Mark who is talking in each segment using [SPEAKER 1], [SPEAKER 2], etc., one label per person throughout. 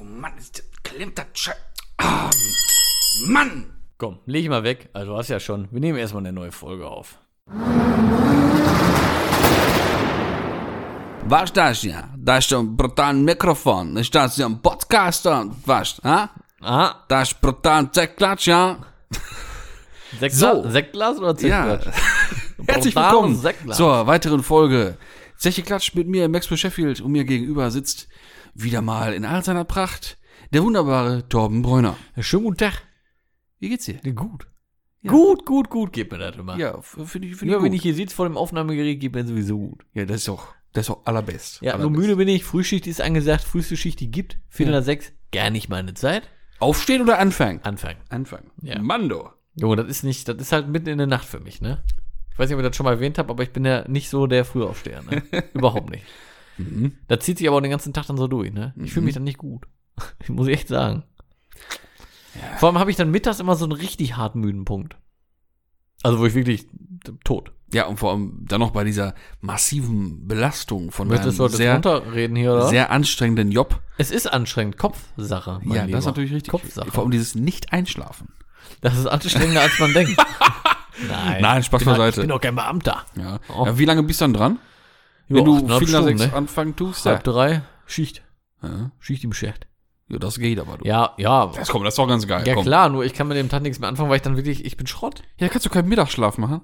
[SPEAKER 1] Oh Mann, ist das, klemmt das Scheiß. Ah, Mann!
[SPEAKER 2] Komm, leg ich mal weg. Also, du hast ja schon. Wir nehmen erstmal eine neue Folge auf.
[SPEAKER 1] Was das ja? Das ist ein brutal Mikrofon. Ist das ja ein Podcast und was? Ha?
[SPEAKER 2] Ah,
[SPEAKER 1] Das ist brutal Zeckklatsch, ja?
[SPEAKER 2] Sektglas,
[SPEAKER 1] So.
[SPEAKER 2] Sektglas oder
[SPEAKER 1] Ja.
[SPEAKER 2] Zeckglas?
[SPEAKER 1] Herzlich
[SPEAKER 2] Brutales
[SPEAKER 1] willkommen
[SPEAKER 2] Sektglas.
[SPEAKER 1] zur weiteren Folge. Zeche Klatsch mit mir, Maxwell Sheffield, und mir gegenüber sitzt wieder mal in all seiner Pracht der wunderbare Torben Bräuner.
[SPEAKER 2] Schönen guten Tag.
[SPEAKER 1] Wie geht's dir?
[SPEAKER 2] Gut. Gut, gut, gut geht mir das immer.
[SPEAKER 1] Ja, f- finde ich, finde
[SPEAKER 2] Nur
[SPEAKER 1] ich
[SPEAKER 2] wenn
[SPEAKER 1] gut.
[SPEAKER 2] ich hier sitze vor dem Aufnahmegerät, geht mir sowieso gut.
[SPEAKER 1] Ja, das ist doch, das ist doch allerbest.
[SPEAKER 2] Ja, so
[SPEAKER 1] allerbest.
[SPEAKER 2] müde bin ich. Frühschicht ist angesagt. Frühstücksschicht, die gibt. Viertel nach sechs. Gar nicht meine Zeit.
[SPEAKER 1] Aufstehen oder anfangen?
[SPEAKER 2] Anfangen.
[SPEAKER 1] Anfangen.
[SPEAKER 2] Ja.
[SPEAKER 1] Mando.
[SPEAKER 2] Junge, das ist nicht, das ist halt mitten in der Nacht für mich, ne? Ich weiß nicht, ob ich das schon mal erwähnt habe, aber ich bin ja nicht so der Frühaufsteher, ne? Überhaupt nicht.
[SPEAKER 1] Mhm.
[SPEAKER 2] Das zieht sich aber auch den ganzen Tag dann so durch, ne? Ich fühle mich dann nicht gut. Muss ich echt sagen. Vor allem habe ich dann mittags immer so einen richtig hart müden Punkt. Also, wo ich wirklich t- tot.
[SPEAKER 1] Ja, und vor allem dann noch bei dieser massiven Belastung von
[SPEAKER 2] Möchtest du
[SPEAKER 1] meinem
[SPEAKER 2] heute
[SPEAKER 1] sehr,
[SPEAKER 2] runterreden hier, oder?
[SPEAKER 1] sehr anstrengenden Job.
[SPEAKER 2] es ist anstrengend. Kopfsache. mein
[SPEAKER 1] ja,
[SPEAKER 2] Lieber.
[SPEAKER 1] das ist natürlich richtig. Vor
[SPEAKER 2] Kopfsache.
[SPEAKER 1] allem dieses Nicht-Einschlafen.
[SPEAKER 2] Das ist anstrengender, als man denkt. Nein.
[SPEAKER 1] Nein, Spaß
[SPEAKER 2] ich bin, halt-
[SPEAKER 1] beiseite.
[SPEAKER 2] Ich bin doch kein Beamter.
[SPEAKER 1] Ja.
[SPEAKER 2] Oh.
[SPEAKER 1] ja. Wie lange bist du dann dran?
[SPEAKER 2] Ja,
[SPEAKER 1] Wenn du
[SPEAKER 2] achteinhalb
[SPEAKER 1] viel nach
[SPEAKER 2] Stunden,
[SPEAKER 1] sechs
[SPEAKER 2] ne?
[SPEAKER 1] anfangen tust, ja.
[SPEAKER 2] Halb drei, Schicht.
[SPEAKER 1] Ja.
[SPEAKER 2] Schicht im Schacht.
[SPEAKER 1] ja, das geht aber. Du.
[SPEAKER 2] Ja, ja.
[SPEAKER 1] Das, komm, das ist doch ganz geil.
[SPEAKER 2] Ja
[SPEAKER 1] komm.
[SPEAKER 2] klar, nur ich kann mit dem Tag nichts mehr anfangen, weil ich dann wirklich, ich bin Schrott.
[SPEAKER 1] Ja, kannst du keinen Mittagsschlaf machen?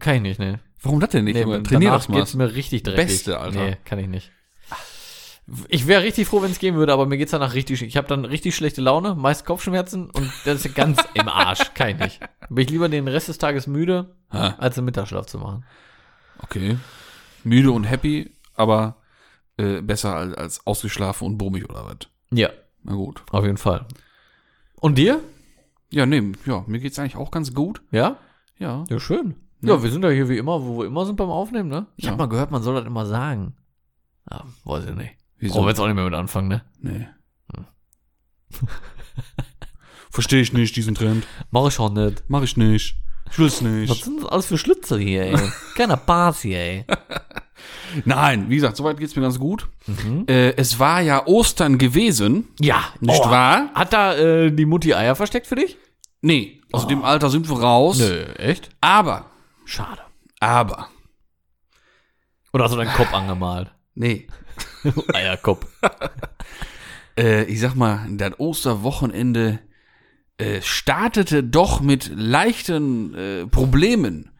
[SPEAKER 2] Kann ich nicht, ne.
[SPEAKER 1] Warum das denn nicht?
[SPEAKER 2] Nee,
[SPEAKER 1] Junge?
[SPEAKER 2] trainier das mal. geht's mir richtig dreckig.
[SPEAKER 1] Beste, Alter.
[SPEAKER 2] Nee, kann ich nicht. Ich wäre richtig froh, wenn es gehen würde, aber mir geht's danach richtig sch- Ich habe dann richtig schlechte Laune, meist Kopfschmerzen und das ist ganz im Arsch. Kann ich nicht. Bin ich lieber den Rest des Tages müde,
[SPEAKER 1] Ha.
[SPEAKER 2] als einen Mittagsschlaf zu machen.
[SPEAKER 1] Okay. Müde und happy, aber äh, besser als, als ausgeschlafen und brummig oder was.
[SPEAKER 2] Ja,
[SPEAKER 1] Na gut.
[SPEAKER 2] auf jeden Fall. Und dir?
[SPEAKER 1] Ja, nee, ja, mir geht's eigentlich auch ganz gut.
[SPEAKER 2] Ja?
[SPEAKER 1] Ja.
[SPEAKER 2] Ja, schön. Ja, wir sind ja hier wie immer, wo wir immer sind beim Aufnehmen, ne? Ich
[SPEAKER 1] Ja.
[SPEAKER 2] hab mal gehört, man soll das immer sagen. Ja, weiß ich nicht.
[SPEAKER 1] Wieso?
[SPEAKER 2] Brauchen wir jetzt auch nicht mehr mit anfangen, ne?
[SPEAKER 1] Nee. Verstehe ich nicht, diesen Trend.
[SPEAKER 2] Mach ich schon nicht.
[SPEAKER 1] Mach ich nicht. Ich will's
[SPEAKER 2] Was
[SPEAKER 1] nicht.
[SPEAKER 2] sind das alles für Schlitze hier, ey? Keiner Bars hier, ey.
[SPEAKER 1] Nein, wie gesagt, soweit geht's mir ganz gut.
[SPEAKER 2] Mhm.
[SPEAKER 1] Äh, es war ja Ostern gewesen,
[SPEAKER 2] Ja,
[SPEAKER 1] nicht wahr?
[SPEAKER 2] Oh, Hat da äh, die Mutti Eier versteckt für dich?
[SPEAKER 1] Nee, aus dem Alter sind wir raus.
[SPEAKER 2] echt?
[SPEAKER 1] Aber,
[SPEAKER 2] Schade.
[SPEAKER 1] aber,
[SPEAKER 2] Oder hast du deinen Kopf angemalt?
[SPEAKER 1] nee.
[SPEAKER 2] Eierkopf.
[SPEAKER 1] Äh, ich sag mal, das Osterwochenende äh, startete doch mit leichten äh, Problemen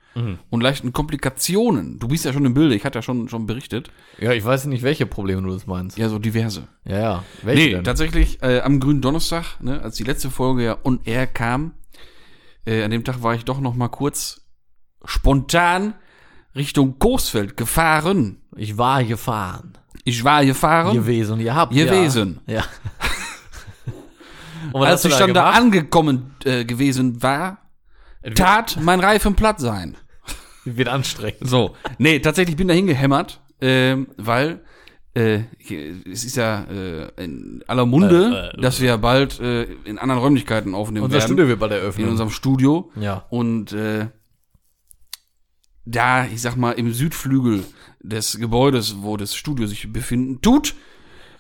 [SPEAKER 1] und leichten Komplikationen. Du bist ja schon im Bilde, ich hatte ja schon, schon berichtet.
[SPEAKER 2] Ja, ich weiß nicht, welche Probleme du das meinst.
[SPEAKER 1] Ja, so diverse.
[SPEAKER 2] Ja, ja.
[SPEAKER 1] Nee,
[SPEAKER 2] Welche denn?
[SPEAKER 1] tatsächlich äh, am grünen Donnerstag, ne, als die letzte Folge ja on air kam, äh, an dem Tag war ich doch noch mal kurz spontan Richtung Coesfeld gefahren.
[SPEAKER 2] Ich war gefahren.
[SPEAKER 1] Ich war gefahren.
[SPEAKER 2] Gewesen. Ihr habt.
[SPEAKER 1] Gewesen.
[SPEAKER 2] Ja. ja. Und was
[SPEAKER 1] als ich dann da angekommen äh, gewesen war, tat mein Reifen platt sein.
[SPEAKER 2] Wird anstrengend.
[SPEAKER 1] So, nee, tatsächlich bin da hingehämmert, ähm, weil äh, hier- es ist ja äh, in aller Munde,
[SPEAKER 2] Äh, äh,
[SPEAKER 1] dass wir bald äh, in anderen Räumlichkeiten aufnehmen
[SPEAKER 2] Unser
[SPEAKER 1] werden.
[SPEAKER 2] Studio wird bald
[SPEAKER 1] in
[SPEAKER 2] eröffnen.
[SPEAKER 1] unserem Studio.
[SPEAKER 2] Ja.
[SPEAKER 1] Und äh, da, ich sag mal, im Südflügel des Gebäudes, wo das Studio sich befinden tut,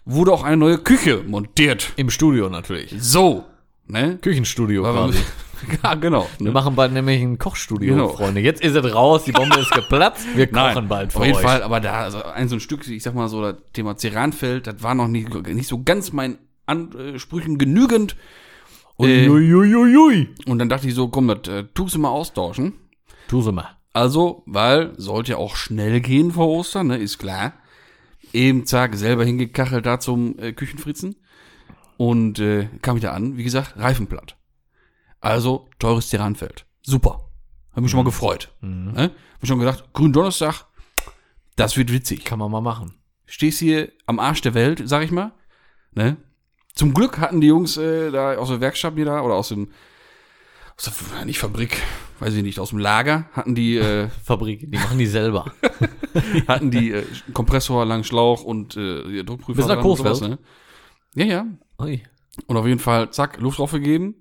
[SPEAKER 1] wurde auch eine neue Küche montiert.
[SPEAKER 2] Im Studio natürlich.
[SPEAKER 1] So, ne?
[SPEAKER 2] Küchenstudio
[SPEAKER 1] Aber-
[SPEAKER 2] quasi.
[SPEAKER 1] ja, genau.
[SPEAKER 2] Wir machen bald nämlich ein Kochstudio,
[SPEAKER 1] Genau.
[SPEAKER 2] Freunde. Jetzt ist es raus, die Bombe ist geplatzt. Wir kochen bald für
[SPEAKER 1] auf jeden
[SPEAKER 2] euch.
[SPEAKER 1] Fall, aber da, also ein so ein Stück, ich sag mal so, das Thema Ceranfeld, das war noch nicht, nicht so ganz meinen Ansprüchen genügend. Und, äh,
[SPEAKER 2] Uiuiuiui.
[SPEAKER 1] und dann dachte ich so, komm, das äh, tust du mal austauschen.
[SPEAKER 2] Tu sie mal.
[SPEAKER 1] Also, weil sollte ja auch schnell gehen vor Ostern, ne, ist klar. Eben zack, selber hingekachelt da zum äh, Küchenfritzen. Und äh, kam ich da an, wie gesagt, Reifenblatt. Also, teures Terranfeld. Super. Hab mich schon mal gefreut. Ne? Hab mir schon gedacht, Gründonnerstag, das wird witzig.
[SPEAKER 2] Kann man mal machen.
[SPEAKER 1] Stehst hier am Arsch der Welt, sag ich mal. Ne? Zum Glück hatten die Jungs äh, da aus der Werkstatt mir da oder aus dem aus der, nicht Fabrik, weiß ich nicht, aus dem Lager hatten die äh,
[SPEAKER 2] Fabrik, die machen die selber.
[SPEAKER 1] hatten die äh, Kompressor, langen Schlauch und äh, Druckprüfer.
[SPEAKER 2] Bis nach
[SPEAKER 1] dran und sowas, ne?
[SPEAKER 2] Coesfeld?
[SPEAKER 1] Ja, ja.
[SPEAKER 2] Ui.
[SPEAKER 1] Und auf jeden Fall, zack, Luft draufgegeben.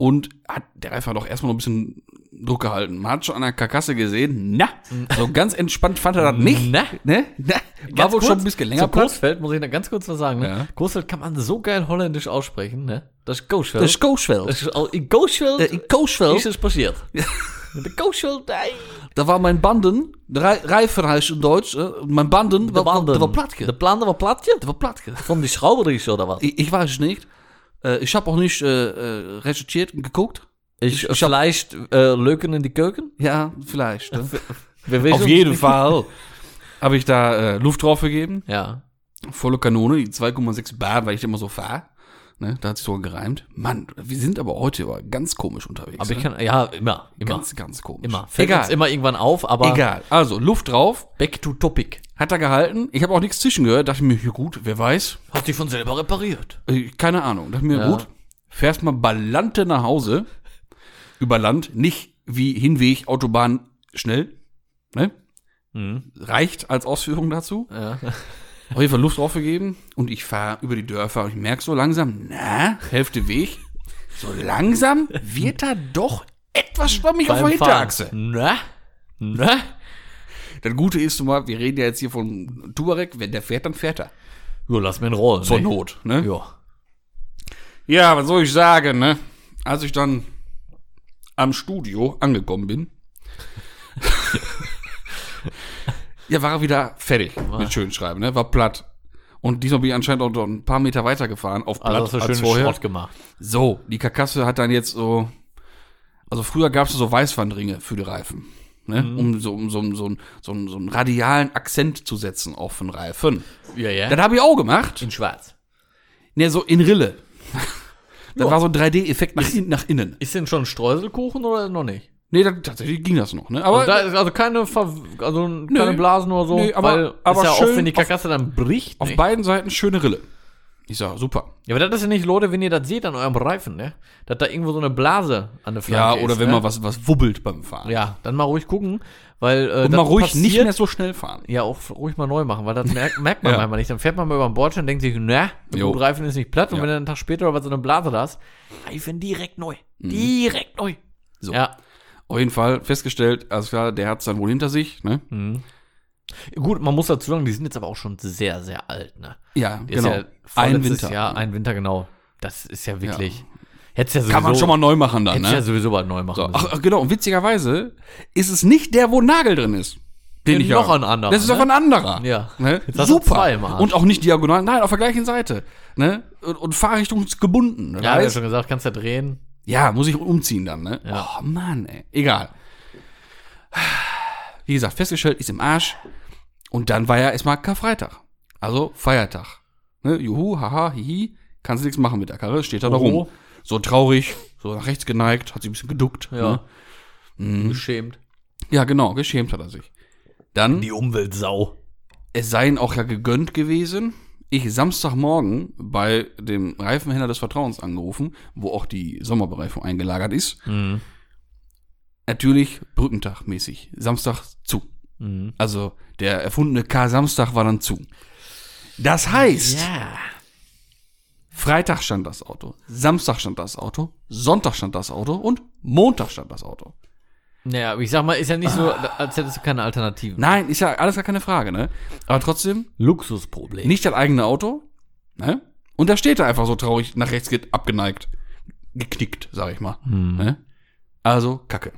[SPEAKER 1] Und hat der Reifen hat auch erstmal noch ein bisschen Druck gehalten. Man hat schon an der Karkasse gesehen, na, so ganz entspannt fand er das nicht.
[SPEAKER 2] Na?
[SPEAKER 1] Ne? Na, war
[SPEAKER 2] Ganz
[SPEAKER 1] wohl
[SPEAKER 2] kurz,
[SPEAKER 1] schon ein bisschen länger
[SPEAKER 2] Zu Großfeld muss ich noch ganz kurz was sagen. Ne?
[SPEAKER 1] Ja.
[SPEAKER 2] Großfeld kann man so geil holländisch aussprechen. Ne? Das ist Goosveld.
[SPEAKER 1] Das ist Coachfeld.
[SPEAKER 2] Das ist al- in Goosveld
[SPEAKER 1] In Coachfeld.
[SPEAKER 2] ist es passiert. De Goosveld, ey.
[SPEAKER 1] Da war mein Banden, Rei- Rijverhuis in Deutsch, äh, mein Banden,
[SPEAKER 2] De banden.
[SPEAKER 1] war platt.
[SPEAKER 2] De plannen war platje.
[SPEAKER 1] war platt.
[SPEAKER 2] Von die Schrauberisch oder was?
[SPEAKER 1] Ich, ich weiß es nicht. Äh, ich habe auch nicht äh, äh, recherchiert und geguckt.
[SPEAKER 2] Ist vielleicht äh, Leuken in die Keuken?
[SPEAKER 1] Ja, vielleicht. Ne?
[SPEAKER 2] Wir wissen
[SPEAKER 1] Auf
[SPEAKER 2] es
[SPEAKER 1] jeden
[SPEAKER 2] nicht.
[SPEAKER 1] Fall habe ich da äh, Luft drauf gegeben.
[SPEAKER 2] Ja.
[SPEAKER 1] Volle Kanone, die 2,6 Bar, weil ich immer so fahre. Ne, da hat sich sogar gereimt. Mann, wir sind aber heute aber ganz komisch unterwegs.
[SPEAKER 2] Aber ich
[SPEAKER 1] ne?
[SPEAKER 2] kann, ja, immer, immer,
[SPEAKER 1] ganz, ganz komisch.
[SPEAKER 2] immer. Fällt uns
[SPEAKER 1] Egal.
[SPEAKER 2] immer irgendwann auf, aber
[SPEAKER 1] Egal. Also, Luft drauf,
[SPEAKER 2] back to topic.
[SPEAKER 1] hat er gehalten. Ich habe auch nichts zwischengehört. Dachte mir, ja gut, wer weiß.
[SPEAKER 2] Hat sich von selber repariert.
[SPEAKER 1] Äh, Keine Ahnung. Dachte mir,
[SPEAKER 2] Ja.
[SPEAKER 1] gut, fährst mal Ballante nach Hause. Über Land, nicht wie Hinweg, Autobahn, schnell. Ne?
[SPEAKER 2] Mhm.
[SPEAKER 1] Reicht als Ausführung dazu.
[SPEAKER 2] Ja.
[SPEAKER 1] Auf jeden Fall Luft draufgegeben und ich fahre über die Dörfer und ich merke so langsam, na, Hälfte Weg, so langsam wird da doch etwas schwammig auf der Hinterachse.
[SPEAKER 2] Na? Na?
[SPEAKER 1] Das Gute ist nun mal, wir reden ja jetzt hier von Tuareg, wenn der fährt, dann fährt er.
[SPEAKER 2] Jo, lass mir in Rollen.
[SPEAKER 1] Zur
[SPEAKER 2] ne?
[SPEAKER 1] Not, ne?
[SPEAKER 2] Jo.
[SPEAKER 1] Ja, was soll ich sagen, ne? Als ich dann am Studio angekommen bin, ja, war er wieder fertig mit Schönschreiben, ne? War platt. Und diesmal bin ich anscheinend auch noch ein paar Meter weiter gefahren, auf platt
[SPEAKER 2] Also hast du schönen Schrott gemacht.
[SPEAKER 1] So, die Karkasse hat dann jetzt so. Also früher gab es so Weißwandringe für die Reifen. Ne?
[SPEAKER 2] Mhm.
[SPEAKER 1] Um, so, um so, um so, einen- so, einen- so einen radialen Akzent zu setzen auf den Reifen.
[SPEAKER 2] Ja, ja.
[SPEAKER 1] Das habe ich auch gemacht.
[SPEAKER 2] In schwarz.
[SPEAKER 1] Ne, so in Rille. das
[SPEAKER 2] Ja.
[SPEAKER 1] war so ein 3D-Effekt nach, in, nach innen.
[SPEAKER 2] Ist denn schon Streuselkuchen oder noch nicht?
[SPEAKER 1] Nee, da, tatsächlich ging das noch. Ne? Aber
[SPEAKER 2] Also da ist also keine, Ver also keine
[SPEAKER 1] Nö.
[SPEAKER 2] Blasen oder so.
[SPEAKER 1] Nö, aber-
[SPEAKER 2] weil
[SPEAKER 1] aber
[SPEAKER 2] ist ja
[SPEAKER 1] schön
[SPEAKER 2] oft, wenn die
[SPEAKER 1] auf-
[SPEAKER 2] Karkasse dann bricht.
[SPEAKER 1] auf
[SPEAKER 2] ne?
[SPEAKER 1] beiden Seiten schöne Rille. Ich sag, super.
[SPEAKER 2] Ja, aber das ist ja nicht, Leute, wenn ihr das seht an eurem Reifen, ne? Dass da irgendwo so eine Blase an
[SPEAKER 1] Ja,
[SPEAKER 2] der Flanke ist.
[SPEAKER 1] oder wenn
[SPEAKER 2] ne?
[SPEAKER 1] mal was, was wubbelt beim Fahren.
[SPEAKER 2] Ja, dann mal ruhig gucken, weil äh,
[SPEAKER 1] Und
[SPEAKER 2] das
[SPEAKER 1] mal ruhig
[SPEAKER 2] passiert-
[SPEAKER 1] nicht mehr so schnell fahren.
[SPEAKER 2] ja auch ruhig mal neu machen, weil das merkt, merkt man
[SPEAKER 1] Ja.
[SPEAKER 2] manchmal nicht. Dann fährt man mal über den Bordstein und denkt sich, na, der
[SPEAKER 1] Jo.
[SPEAKER 2] Reifen ist nicht platt und
[SPEAKER 1] Ja.
[SPEAKER 2] wenn dann einen Tag später oder was so eine Blase da ist, Reifen direkt neu, direkt neu.
[SPEAKER 1] Mhm. So.
[SPEAKER 2] Ja,
[SPEAKER 1] Auf jeden Fall festgestellt, also klar, der hat's dann wohl hinter sich. Ne?
[SPEAKER 2] Hm. gut, man muss dazu sagen, die sind jetzt aber auch schon sehr, sehr alt. Ne,
[SPEAKER 1] Ja,
[SPEAKER 2] Die
[SPEAKER 1] genau.
[SPEAKER 2] Ist ja ein Winter, ja, ein Winter genau. Das ist ja wirklich. Hättest ja sowieso,
[SPEAKER 1] Kann man schon mal neu machen dann,
[SPEAKER 2] hättest ja
[SPEAKER 1] ne?
[SPEAKER 2] sowieso bald neu machen
[SPEAKER 1] So,
[SPEAKER 2] müssen.
[SPEAKER 1] ach, ach, genau. Und witzigerweise ist es nicht der, wo ein Nagel drin ist. Den
[SPEAKER 2] Ja,
[SPEAKER 1] ich
[SPEAKER 2] noch
[SPEAKER 1] habe.
[SPEAKER 2] ein anderer,
[SPEAKER 1] Das ist
[SPEAKER 2] ne?
[SPEAKER 1] doch ein anderer.
[SPEAKER 2] Ja.
[SPEAKER 1] Ne?
[SPEAKER 2] Jetzt hast du
[SPEAKER 1] Super.
[SPEAKER 2] zwei im Arsch.
[SPEAKER 1] Und auch nicht diagonal. Nein, auf der gleichen Seite. Ne? Und, und fahrrichtungsgebunden.
[SPEAKER 2] ja, hab ich ja
[SPEAKER 1] weißt?
[SPEAKER 2] schon gesagt, kannst ja drehen.
[SPEAKER 1] ja, muss ich umziehen dann, ne?
[SPEAKER 2] Ja.
[SPEAKER 1] Oh Mann, ey. Egal. Wie gesagt, festgestellt, ist im Arsch. Und dann war ja erstmal Karfreitag. Also Feiertag. Ne? Juhu, haha, hihi. Kannst nichts machen mit der Karre, steht da noch
[SPEAKER 2] Oho.
[SPEAKER 1] rum. So traurig, so nach rechts geneigt, hat sich ein bisschen geduckt.
[SPEAKER 2] Ja.
[SPEAKER 1] Ne?
[SPEAKER 2] Mhm. Beschämt.
[SPEAKER 1] Ja, genau, geschämt hat er sich. Dann,
[SPEAKER 2] Die Umweltsau.
[SPEAKER 1] es seien auch ja gegönnt gewesen, ich Samstagmorgen bei dem Reifenhändler des Vertrauens angerufen, wo auch die Sommerbereifung eingelagert ist.
[SPEAKER 2] Mhm.
[SPEAKER 1] Natürlich Brückentag-mäßig. Samstag zu.
[SPEAKER 2] Mhm.
[SPEAKER 1] Also der erfundene K-Samstag war dann zu. Das heißt,
[SPEAKER 2] Ja.
[SPEAKER 1] Freitag stand das Auto, Samstag stand das Auto, Sonntag stand das Auto und Montag stand das Auto.
[SPEAKER 2] Naja, aber ich sag mal, ist ja nicht so, als hättest du keine Alternativen.
[SPEAKER 1] Nein, ist ja alles gar keine Frage, ne? Aber trotzdem,
[SPEAKER 2] Luxusproblem.
[SPEAKER 1] nicht das eigene Auto, ne? Und da steht er einfach so traurig nach rechts geht, abgeneigt, geknickt, sag ich mal. Ne? Also Kacke.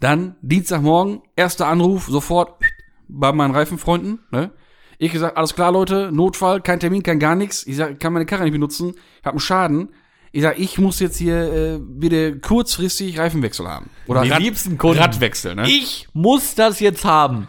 [SPEAKER 1] Dann Dienstagmorgen, erster Anruf, sofort bei meinen Reifenfreunden, ne? Ich gesagt, alles klar, Leute, Notfall, kein Termin, kein gar nichts. Ich sag, ich kann meine Karre nicht benutzen, ich habe einen Schaden. Ich sag, ich muss jetzt hier äh, bitte kurzfristig Reifenwechsel haben. Oder
[SPEAKER 2] Die
[SPEAKER 1] Rad-
[SPEAKER 2] liebsten Kunden.
[SPEAKER 1] Radwechsel, ne?
[SPEAKER 2] Ich muss das jetzt haben.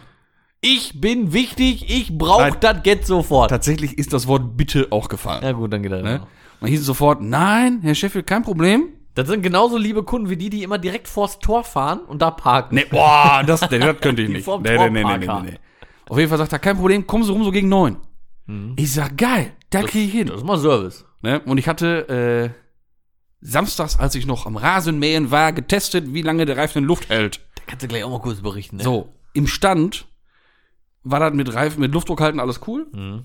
[SPEAKER 2] Ich bin wichtig, ich brauch
[SPEAKER 1] Nein.
[SPEAKER 2] das jetzt sofort.
[SPEAKER 1] Tatsächlich ist das Wort bitte auch gefallen.
[SPEAKER 2] Ja gut, dann geht das.
[SPEAKER 1] Ne?
[SPEAKER 2] auch.
[SPEAKER 1] Man hieß es sofort, nein, Herr Sheffield, kein Problem.
[SPEAKER 2] Das sind genauso liebe Kunden wie die, die immer direkt vors Tor fahren und da parken.
[SPEAKER 1] Nee, boah, das, nee, das könnte ich nicht.
[SPEAKER 2] vorm
[SPEAKER 1] Nee, nee, nee, nee, nee,
[SPEAKER 2] Torparker.
[SPEAKER 1] nee. Auf jeden Fall sagt er, kein Problem, kommen Sie rum, so gegen neun. Ich sag, geil, da kriege ich hin.
[SPEAKER 2] Mhm. Das ist mal Service.
[SPEAKER 1] Ne? Und ich hatte äh, samstags, als ich noch am Rasenmähen war, getestet, wie lange der Reifen in Luft hält.
[SPEAKER 2] Da kannst du gleich auch mal kurz berichten. Ne?
[SPEAKER 1] So, im Stand war das mit Reifen, mit Luftdruck halten alles cool.
[SPEAKER 2] Mhm.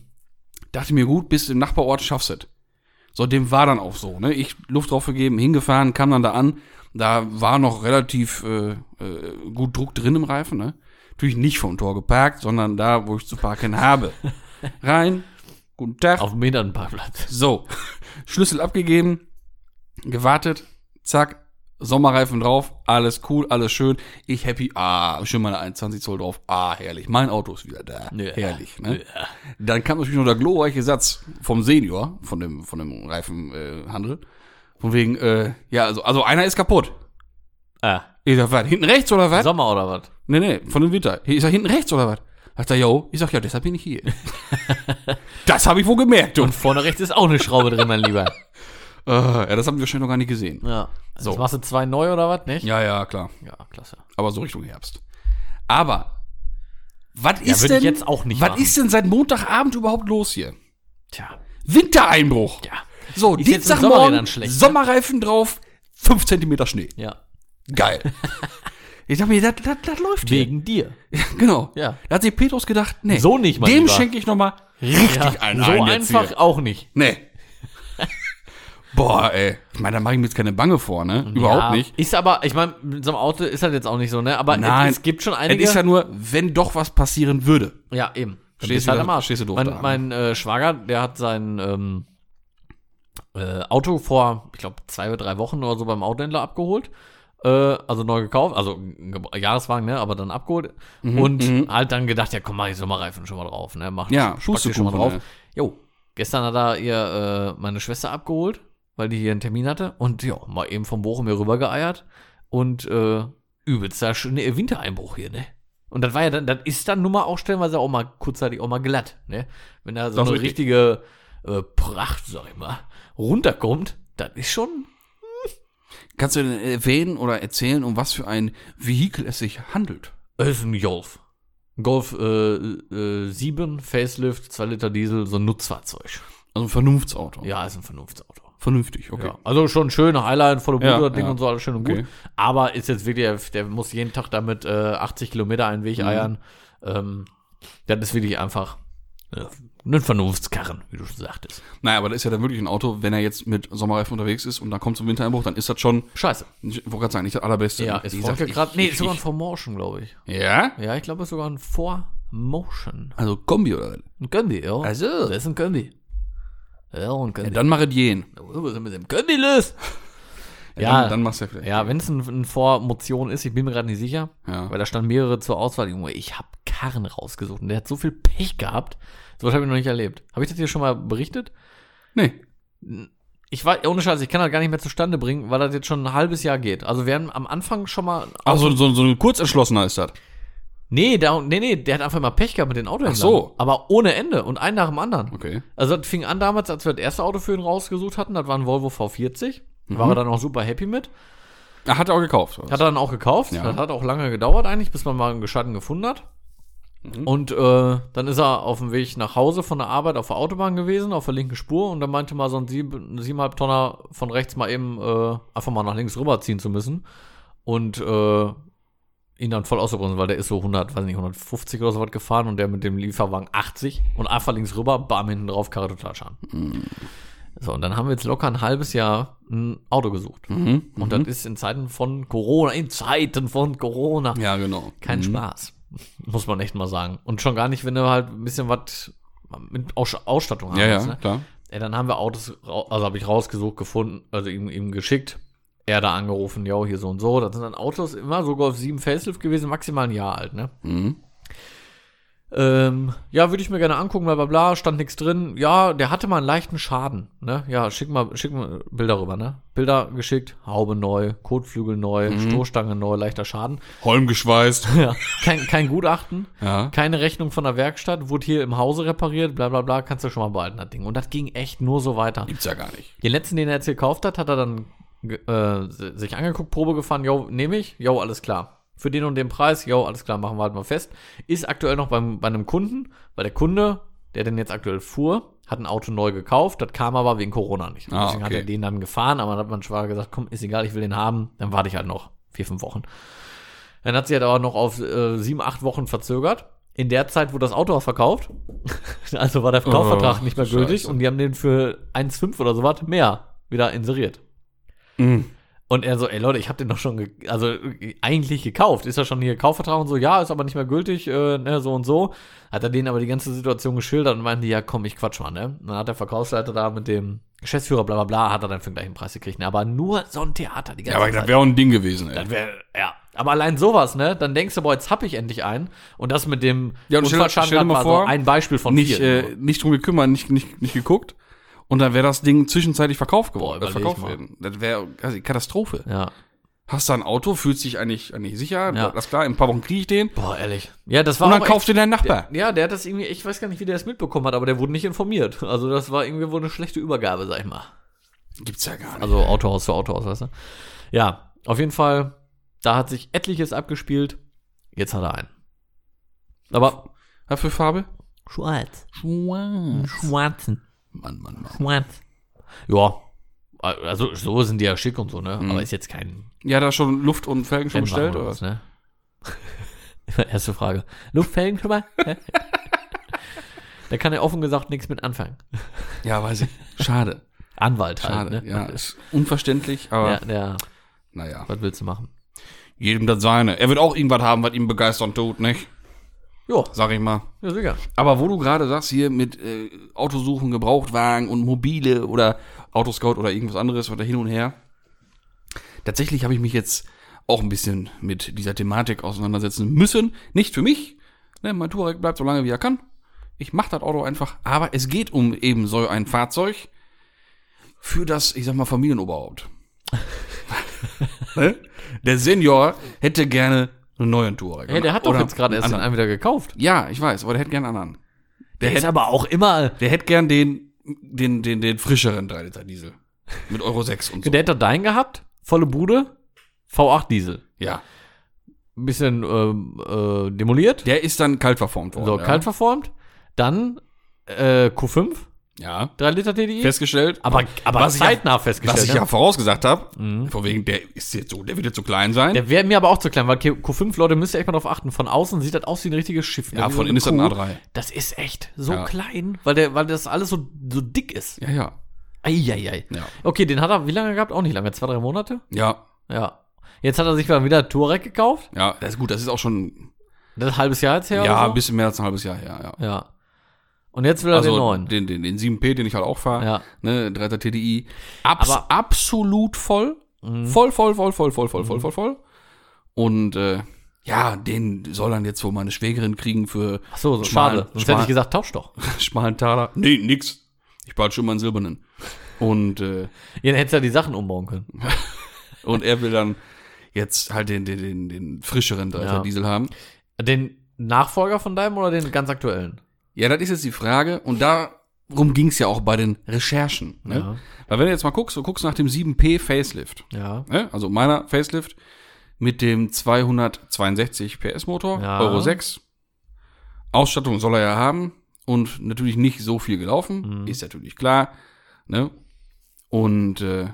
[SPEAKER 1] Dachte mir, gut, bis im Nachbarort schaffst du es. So, dem war dann auch so, ne? Ich Luft draufgegeben, hingefahren, kam dann da an. Da war noch relativ äh, äh, gut Druck drin im Reifen, ne? Natürlich nicht vom Tor geparkt, sondern da, wo ich zu parken habe. Rein, guten Tag.
[SPEAKER 2] Auf dem Behindertenparkplatz.
[SPEAKER 1] So, Schlüssel abgegeben, gewartet, zack, Sommerreifen drauf, alles cool, alles schön. Ich happy, ah, schön meine 21 Zoll drauf, ah, herrlich. Mein Auto ist wieder da,
[SPEAKER 2] Ja.
[SPEAKER 1] herrlich. Ne? Dann kam natürlich noch der glorreiche Satz vom Senior, von dem, von dem Reifenhandel, äh, Handel, von wegen, äh, ja, also, also einer ist kaputt.
[SPEAKER 2] Ah,
[SPEAKER 1] Ich sag, was, hinten rechts oder was?
[SPEAKER 2] Sommer oder was?
[SPEAKER 1] Nee, nee, von dem Winter. Ich sag, hinten rechts oder was? Sagt er, yo. Ich sag, ja, deshalb bin ich hier. das habe ich wohl gemerkt, du.
[SPEAKER 2] Und vorne rechts ist auch eine Schraube drin, mein Lieber.
[SPEAKER 1] Äh, ja, das haben wir wahrscheinlich noch gar nicht gesehen.
[SPEAKER 2] Ja.
[SPEAKER 1] So.
[SPEAKER 2] So. Jetzt Also machst du zwei neu oder was, nicht?
[SPEAKER 1] Ja, ja, klar.
[SPEAKER 2] Ja, klasse.
[SPEAKER 1] aber so Richtung Herbst. Aber was
[SPEAKER 2] Ja,
[SPEAKER 1] ist
[SPEAKER 2] würd ich
[SPEAKER 1] denn
[SPEAKER 2] jetzt auch nicht
[SPEAKER 1] Was
[SPEAKER 2] machen.
[SPEAKER 1] ist denn seit Montagabend überhaupt los hier?
[SPEAKER 2] Tja.
[SPEAKER 1] Wintereinbruch.
[SPEAKER 2] Ja.
[SPEAKER 1] So,
[SPEAKER 2] Ist jetzt mit
[SPEAKER 1] Dienstagmorgen,
[SPEAKER 2] Sommerrädern schlecht, ne?
[SPEAKER 1] Sommerreifen drauf, 5 cm Schnee.
[SPEAKER 2] Ja.
[SPEAKER 1] Geil. ich dachte mir, das, das, das läuft
[SPEAKER 2] Wegen dir.
[SPEAKER 1] hier. Genau.
[SPEAKER 2] Ja.
[SPEAKER 1] Da hat sich Petrus gedacht, nee.
[SPEAKER 2] So nicht, mein
[SPEAKER 1] Dem
[SPEAKER 2] Lieber.
[SPEAKER 1] schenke ich nochmal richtig
[SPEAKER 2] Ja,
[SPEAKER 1] einen
[SPEAKER 2] so
[SPEAKER 1] ein jetzt
[SPEAKER 2] einfach
[SPEAKER 1] Hier.
[SPEAKER 2] auch nicht.
[SPEAKER 1] Nee. Boah, ey. Ich meine, da mache ich mir jetzt keine Bange vor, ne? Überhaupt
[SPEAKER 2] ja,
[SPEAKER 1] nicht.
[SPEAKER 2] Ist aber, ich meine, mit so einem Auto ist das jetzt auch nicht so, ne? Aber
[SPEAKER 1] Nein.
[SPEAKER 2] es, es gibt schon
[SPEAKER 1] Es
[SPEAKER 2] einige.
[SPEAKER 1] ist halt- ja nur, wenn doch was passieren würde.
[SPEAKER 2] Ja, eben. Dann
[SPEAKER 1] Stehst
[SPEAKER 2] bist
[SPEAKER 1] du
[SPEAKER 2] halt
[SPEAKER 1] da-
[SPEAKER 2] am Arsch.
[SPEAKER 1] stehst du doof
[SPEAKER 2] mein
[SPEAKER 1] da, ne?
[SPEAKER 2] mein äh, Schwager, der hat sein ähm, äh, Auto vor, ich glaube, zwei oder drei Wochen oder so beim Autohändler abgeholt. Äh, also neu gekauft, also ein Ge- Jahreswagen, ne, aber dann abgeholt.
[SPEAKER 1] Mhm,
[SPEAKER 2] und halt dann gedacht, ja komm, mach ich Sommerreifen schon mal drauf, ne? Mach
[SPEAKER 1] Ja,
[SPEAKER 2] pack die schon mal drauf.
[SPEAKER 1] Pustekuchen,
[SPEAKER 2] Jo, gestern hat er ihr äh, meine Schwester abgeholt, weil die hier einen Termin hatte. Und ja, mal eben vom Bochum hier rüber geeiert. Und äh, übelster Schnee- Wintereinbruch hier, ne? Und das war ja dann, das ist dann nun mal auch stellenweise auch mal kurzzeitig auch mal glatt, ne? Wenn da so
[SPEAKER 1] Das ist
[SPEAKER 2] eine
[SPEAKER 1] richtig.
[SPEAKER 2] richtige äh, Pracht, sag ich mal, runterkommt, das ist schon.
[SPEAKER 1] Kannst du denn erwähnen oder erzählen, um was für ein Vehikel es sich handelt?
[SPEAKER 2] Es ist ein Golf. Ein Golf äh, äh, 7, Facelift, 2 Liter Diesel, so ein Nutzfahrzeug.
[SPEAKER 1] Also ein Vernunftsauto.
[SPEAKER 2] Ja, ist ein Vernunftsauto.
[SPEAKER 1] Vernünftig, okay.
[SPEAKER 2] Ja, also schon schön, Highline, volle Bude,
[SPEAKER 1] Ja,
[SPEAKER 2] das Ding
[SPEAKER 1] ja.
[SPEAKER 2] und so, alles schön und
[SPEAKER 1] Okay.
[SPEAKER 2] gut. Aber ist jetzt wirklich, der, der muss jeden Tag damit äh, 80 Kilometer einen
[SPEAKER 1] Mhm.
[SPEAKER 2] Weg eiern. Ähm, das ist wirklich einfach äh, ein Vernunftskarren, wie du schon sagtest.
[SPEAKER 1] Naja, aber das ist ja dann wirklich ein Auto, wenn er jetzt mit Sommerreifen unterwegs ist und dann kommt zum Wintereinbruch, dann ist das schon,
[SPEAKER 2] Scheiße.
[SPEAKER 1] ich wollte gerade sagen, nicht das allerbeste.
[SPEAKER 2] Ja,
[SPEAKER 1] Wie
[SPEAKER 2] ist
[SPEAKER 1] gesagt,
[SPEAKER 2] Volker
[SPEAKER 1] ich-
[SPEAKER 2] gerade. Nee,
[SPEAKER 1] ich-
[SPEAKER 2] ist sogar ein
[SPEAKER 1] ich-
[SPEAKER 2] Formotion, glaube ich.
[SPEAKER 1] Ja?
[SPEAKER 2] Ja, ich glaube, es ist sogar ein Formotion.
[SPEAKER 1] Also Kombi oder was?
[SPEAKER 2] Ein Kombi, ja.
[SPEAKER 1] Also.
[SPEAKER 2] Das ist ein Kombi. Ja, ein
[SPEAKER 1] Ja,
[SPEAKER 2] Kombi.
[SPEAKER 1] dann mach es jeden.
[SPEAKER 2] Was ist mit dem Kombi los?
[SPEAKER 1] Dann, dann machst du ja vielleicht.
[SPEAKER 2] Ja, wenn es ein, ein Vormotion ist, ich bin mir gerade nicht sicher,
[SPEAKER 1] Ja.
[SPEAKER 2] weil da standen mehrere zur Auswahl. Junge, ich habe Karren rausgesucht und der hat so viel Pech gehabt. So was habe ich noch nicht erlebt. Habe ich das dir schon mal berichtet?
[SPEAKER 1] Nee.
[SPEAKER 2] Ich war, ohne Scheiß, ich kann das gar nicht mehr zustande bringen, weil das jetzt schon ein halbes Jahr geht. Also wir haben am Anfang schon mal.
[SPEAKER 1] Ach, so, so, so ein kurzentschlossener ist das.
[SPEAKER 2] Nee, da, nee, nee, der hat einfach mal Pech gehabt mit den Autohändlern.
[SPEAKER 1] Ach so.
[SPEAKER 2] Aber ohne Ende und ein nach dem anderen.
[SPEAKER 1] Okay.
[SPEAKER 2] Also das fing an damals, als wir das erste Auto für ihn rausgesucht hatten. Das war ein Volvo V40. War
[SPEAKER 1] Mhm.
[SPEAKER 2] er dann auch super happy mit.
[SPEAKER 1] Er hat er auch gekauft. oder was?
[SPEAKER 2] Hat er dann auch gekauft.
[SPEAKER 1] Ja.
[SPEAKER 2] Das hat auch lange gedauert eigentlich, bis man mal einen Gescheiten gefunden hat. Und äh, dann ist er auf dem Weg nach Hause von der Arbeit auf der Autobahn gewesen, auf der linken Spur. Und dann meinte mal so ein sieben- siebeneinhalb Tonner von rechts mal eben äh, einfach mal nach links rüberziehen zu müssen. Und äh, ihn dann voll auszubremsen, weil der ist so 100, weiß nicht, 150 oder so was gefahren und der mit dem Lieferwagen 80 und einfach links rüber, bam, hinten drauf, Karre total schaden. So, und dann haben wir jetzt locker ein halbes Jahr ein Auto gesucht.
[SPEAKER 1] Mhm.
[SPEAKER 2] Und das ist in Zeiten von Corona, in Zeiten von Corona.
[SPEAKER 1] Ja, genau.
[SPEAKER 2] Kein Spaß. Muss man echt mal sagen. Und schon gar nicht, wenn du halt ein bisschen was mit Aus Ausstattung haben
[SPEAKER 1] Ja,
[SPEAKER 2] willst,
[SPEAKER 1] ja,
[SPEAKER 2] ne?
[SPEAKER 1] klar.
[SPEAKER 2] Ey, dann haben wir Autos, rau- also habe ich rausgesucht, gefunden, also ihm, ihm geschickt. Er da angerufen, yo, hier so und so. Das sind dann Autos immer so Golf 7 Facelift gewesen, maximal ein Jahr alt, ne?
[SPEAKER 1] Mhm.
[SPEAKER 2] Ähm, ja, würde ich mir gerne angucken, bla bla bla, stand nichts drin. Ja, der hatte mal einen leichten Schaden, ne? Ja, schick mal, schick mal Bilder rüber, ne? Bilder geschickt, Haube neu, Kotflügel neu, Stoßstange neu, leichter Schaden.
[SPEAKER 1] Holm geschweißt.
[SPEAKER 2] Ja, kein, kein Gutachten,
[SPEAKER 1] Ja.
[SPEAKER 2] keine Rechnung von der Werkstatt, wurde hier im Hause repariert, bla bla bla, kannst du schon mal behalten, das Ding. Und das ging echt nur so weiter.
[SPEAKER 1] Gibt's ja gar nicht.
[SPEAKER 2] Den letzten, den er jetzt gekauft hat, hat er dann ge- äh, si- sich angeguckt, Probe gefahren, yo, nehme ich, yo, alles klar. Für den und den Preis, yo, alles klar, machen wir halt mal fest. Ist aktuell noch beim, bei einem Kunden, weil der Kunde, der den jetzt aktuell fuhr, hat ein Auto neu gekauft, das kam aber wegen Corona nicht.
[SPEAKER 1] Ah,
[SPEAKER 2] Deswegen hat
[SPEAKER 1] okay.
[SPEAKER 2] er den dann gefahren, aber dann hat mein Schwager gesagt, komm, ist egal, ich will den haben, dann warte ich halt noch vier, fünf Wochen. Dann hat sie halt aber noch auf äh, sieben, acht Wochen verzögert. in der Zeit wurde das Auto auch verkauft. Also war der Kaufvertrag
[SPEAKER 1] Oh,
[SPEAKER 2] nicht mehr
[SPEAKER 1] Scheiße.
[SPEAKER 2] gültig und die haben den für 1,5 oder so was mehr wieder inseriert.
[SPEAKER 1] Mhm.
[SPEAKER 2] Und er so, ey Leute, ich habe den doch schon, ge also äh, eigentlich gekauft. Ist ja schon hier Kaufvertrag und so, ja, ist aber nicht mehr gültig, äh, ne, so und so. Hat er denen aber die ganze Situation geschildert und meinten die, ja komm, ich quatsch mal, ne. Dann hat der Verkaufsleiter da mit dem Geschäftsführer, bla bla bla, hat er dann für den gleichen Preis gekriegt. Ne? Aber nur so ein Theater die ganze
[SPEAKER 1] Ja, aber das wäre auch ein Ding gewesen, ey.
[SPEAKER 2] das wäre, ja. Aber allein sowas, ne? Dann denkst du, boah, jetzt hab ich endlich einen. Und das mit dem
[SPEAKER 1] Ja, und stell- stell dir
[SPEAKER 2] Unfallschaden
[SPEAKER 1] mal
[SPEAKER 2] war so
[SPEAKER 1] vor,
[SPEAKER 2] ein Beispiel von
[SPEAKER 1] nicht,
[SPEAKER 2] vielen.
[SPEAKER 1] äh, nicht drum gekümmert, nicht, nicht, nicht geguckt. Und dann wäre das Ding zwischenzeitlich verkauft geworden.
[SPEAKER 2] Boah,
[SPEAKER 1] das
[SPEAKER 2] überleg
[SPEAKER 1] verkauft
[SPEAKER 2] mal.
[SPEAKER 1] werden. Das wäre also Katastrophe.
[SPEAKER 2] ja.
[SPEAKER 1] Hast da ein Auto, fühlst dich eigentlich, eigentlich sicher,
[SPEAKER 2] Ja.
[SPEAKER 1] das ist klar, in ein paar Wochen kriege ich den.
[SPEAKER 2] Boah, ehrlich. Ja, das war
[SPEAKER 1] Und dann
[SPEAKER 2] auch
[SPEAKER 1] kaufst du deinen Nachbar.
[SPEAKER 2] echt, Ja, der hat das irgendwie, ich weiß gar nicht, wie der das mitbekommen hat, aber der wurde nicht informiert. Also das war irgendwie wohl eine schlechte Übergabe, sag ich mal.
[SPEAKER 1] Gibt's ja gar nicht.
[SPEAKER 2] Also Autohaus zu Autohaus, weißt du? Ja, auf jeden Fall, da hat sich etliches abgespielt. Jetzt hat er einen. Aber
[SPEAKER 1] Was für Farbe?
[SPEAKER 2] schwarz.
[SPEAKER 1] Schwarz.
[SPEAKER 2] Schwarzen.
[SPEAKER 1] Mann, Mann, Mann.
[SPEAKER 2] Schwarz. Ja. Also so sind die ja schick und so, ne? Aber ist jetzt kein
[SPEAKER 1] Ja, da schon Luft und Felgen schon
[SPEAKER 2] Rennwagen
[SPEAKER 1] bestellt, oder was?
[SPEAKER 2] was, ne? Erste Frage. Luftfelgen schon mal? da kann er offen gesagt nichts mit anfangen.
[SPEAKER 1] Ja, weiß ich. Schade.
[SPEAKER 2] Anwalt halt,
[SPEAKER 1] Schade.
[SPEAKER 2] ne?
[SPEAKER 1] Ja, ist unverständlich, aber
[SPEAKER 2] ja, ja,
[SPEAKER 1] naja.
[SPEAKER 2] was willst du machen?
[SPEAKER 1] Jedem das seine. Er wird auch irgendwas haben, was ihm begeistern tut, nicht?
[SPEAKER 2] Jo,
[SPEAKER 1] Sag ich mal.
[SPEAKER 2] ja, sicher.
[SPEAKER 1] Aber wo du gerade sagst, hier mit äh, Autosuchen, Gebrauchtwagen und Mobile oder Autoscout oder irgendwas anderes oder hin und her. Tatsächlich habe ich mich jetzt auch ein bisschen mit dieser Thematik auseinandersetzen müssen. Nicht für mich. Ne, mein Touareg bleibt so lange, wie er kann. Ich mache das Auto einfach. Aber es geht um eben so ein Fahrzeug für das, ich sag mal, Familienoberhaupt. Ne? Der Senior hätte gerne einen neuen Touareg.
[SPEAKER 2] Hey, der hat doch
[SPEAKER 1] Oder
[SPEAKER 2] jetzt gerade erst den
[SPEAKER 1] anderen.
[SPEAKER 2] einen wieder gekauft.
[SPEAKER 1] Ja, ich weiß, aber der hätte gern einen anderen. Der, hätte,
[SPEAKER 2] aber auch immer.
[SPEAKER 1] der hätte gern den, den, den, den frischeren 3 Liter Diesel. Mit Euro 6 und so.
[SPEAKER 2] Der hätte doch deinen gehabt, volle Bude, V8 Diesel.
[SPEAKER 1] ja.
[SPEAKER 2] Ein bisschen ähm, äh, demoliert,
[SPEAKER 1] Der ist dann kalt verformt worden.
[SPEAKER 2] so
[SPEAKER 1] ja.
[SPEAKER 2] kalt verformt. Dann äh, Q5,
[SPEAKER 1] Ja.
[SPEAKER 2] 3 Liter TDI.
[SPEAKER 1] Festgestellt.
[SPEAKER 2] aber aber
[SPEAKER 1] was ich ja-
[SPEAKER 2] zeitnah festgestellt.
[SPEAKER 1] was ich
[SPEAKER 2] ne?
[SPEAKER 1] ja vorausgesagt habe, von wegen, der ist jetzt so, der wird jetzt so klein sein.
[SPEAKER 2] Der wäre mir aber auch zu klein, weil Q- Q5, Leute, müsst ihr echt mal drauf achten. Von außen sieht das aus wie ein richtiges Schiff. ne?
[SPEAKER 1] ja,
[SPEAKER 2] Wie
[SPEAKER 1] von
[SPEAKER 2] so
[SPEAKER 1] innen ist das ein
[SPEAKER 2] Kuh.
[SPEAKER 1] A3.
[SPEAKER 2] Das ist echt so
[SPEAKER 1] Ja.
[SPEAKER 2] klein, weil, der, weil das alles so, so dick ist.
[SPEAKER 1] Ja, ja.
[SPEAKER 2] Eieiei.
[SPEAKER 1] Ja.
[SPEAKER 2] Okay, den hat er wie lange gehabt? Auch nicht lange. Zwei, drei Monate?
[SPEAKER 1] Ja,
[SPEAKER 2] Ja. Jetzt hat er sich mal wieder Touareg gekauft.
[SPEAKER 1] ja. Das ist gut, das ist auch schon,
[SPEAKER 2] Das ist ein halbes Jahr jetzt her.
[SPEAKER 1] ja,
[SPEAKER 2] oder so.
[SPEAKER 1] ein bisschen mehr als ein halbes Jahr her, ja.
[SPEAKER 2] also- Ja. Und jetzt will er den
[SPEAKER 1] Also
[SPEAKER 2] neuen.
[SPEAKER 1] den, den, den 7P, den ich halt auch fahre,
[SPEAKER 2] Ja.
[SPEAKER 1] ne, 3 Liter TDI. Abs
[SPEAKER 2] Aber- Mhm.
[SPEAKER 1] absolut voll. Voll, voll, voll, voll, voll, voll, voll, voll, voll. Und äh, ja, den soll dann jetzt so meine Schwägerin kriegen für
[SPEAKER 2] Ach so, so
[SPEAKER 1] schmalen-
[SPEAKER 2] schade. Sonst hätte
[SPEAKER 1] schmalen-
[SPEAKER 2] ich gesagt, tausch doch.
[SPEAKER 1] schmalen Taler. Nee, nix. Ich bald schon mal einen silbernen. Und, äh,
[SPEAKER 2] Ja, dann hättest du ja die Sachen umbauen können.
[SPEAKER 1] und er will dann jetzt halt den, den, den, den frischeren 3
[SPEAKER 2] Ja.
[SPEAKER 1] Diesel haben.
[SPEAKER 2] Den Nachfolger von deinem oder den ganz aktuellen?
[SPEAKER 1] Ja, das ist jetzt die Frage. Und darum ging's ja auch bei den Recherchen. Ne?
[SPEAKER 2] Ja.
[SPEAKER 1] Weil wenn du jetzt mal guckst, du guckst nach dem 7P Facelift.
[SPEAKER 2] Ja.
[SPEAKER 1] Ne? Also meiner Facelift mit dem 262 PS Motor,
[SPEAKER 2] Ja.
[SPEAKER 1] Euro 6. Ausstattung soll er ja haben und natürlich nicht so viel gelaufen,
[SPEAKER 2] Mhm.
[SPEAKER 1] ist natürlich klar. Ne? Und äh,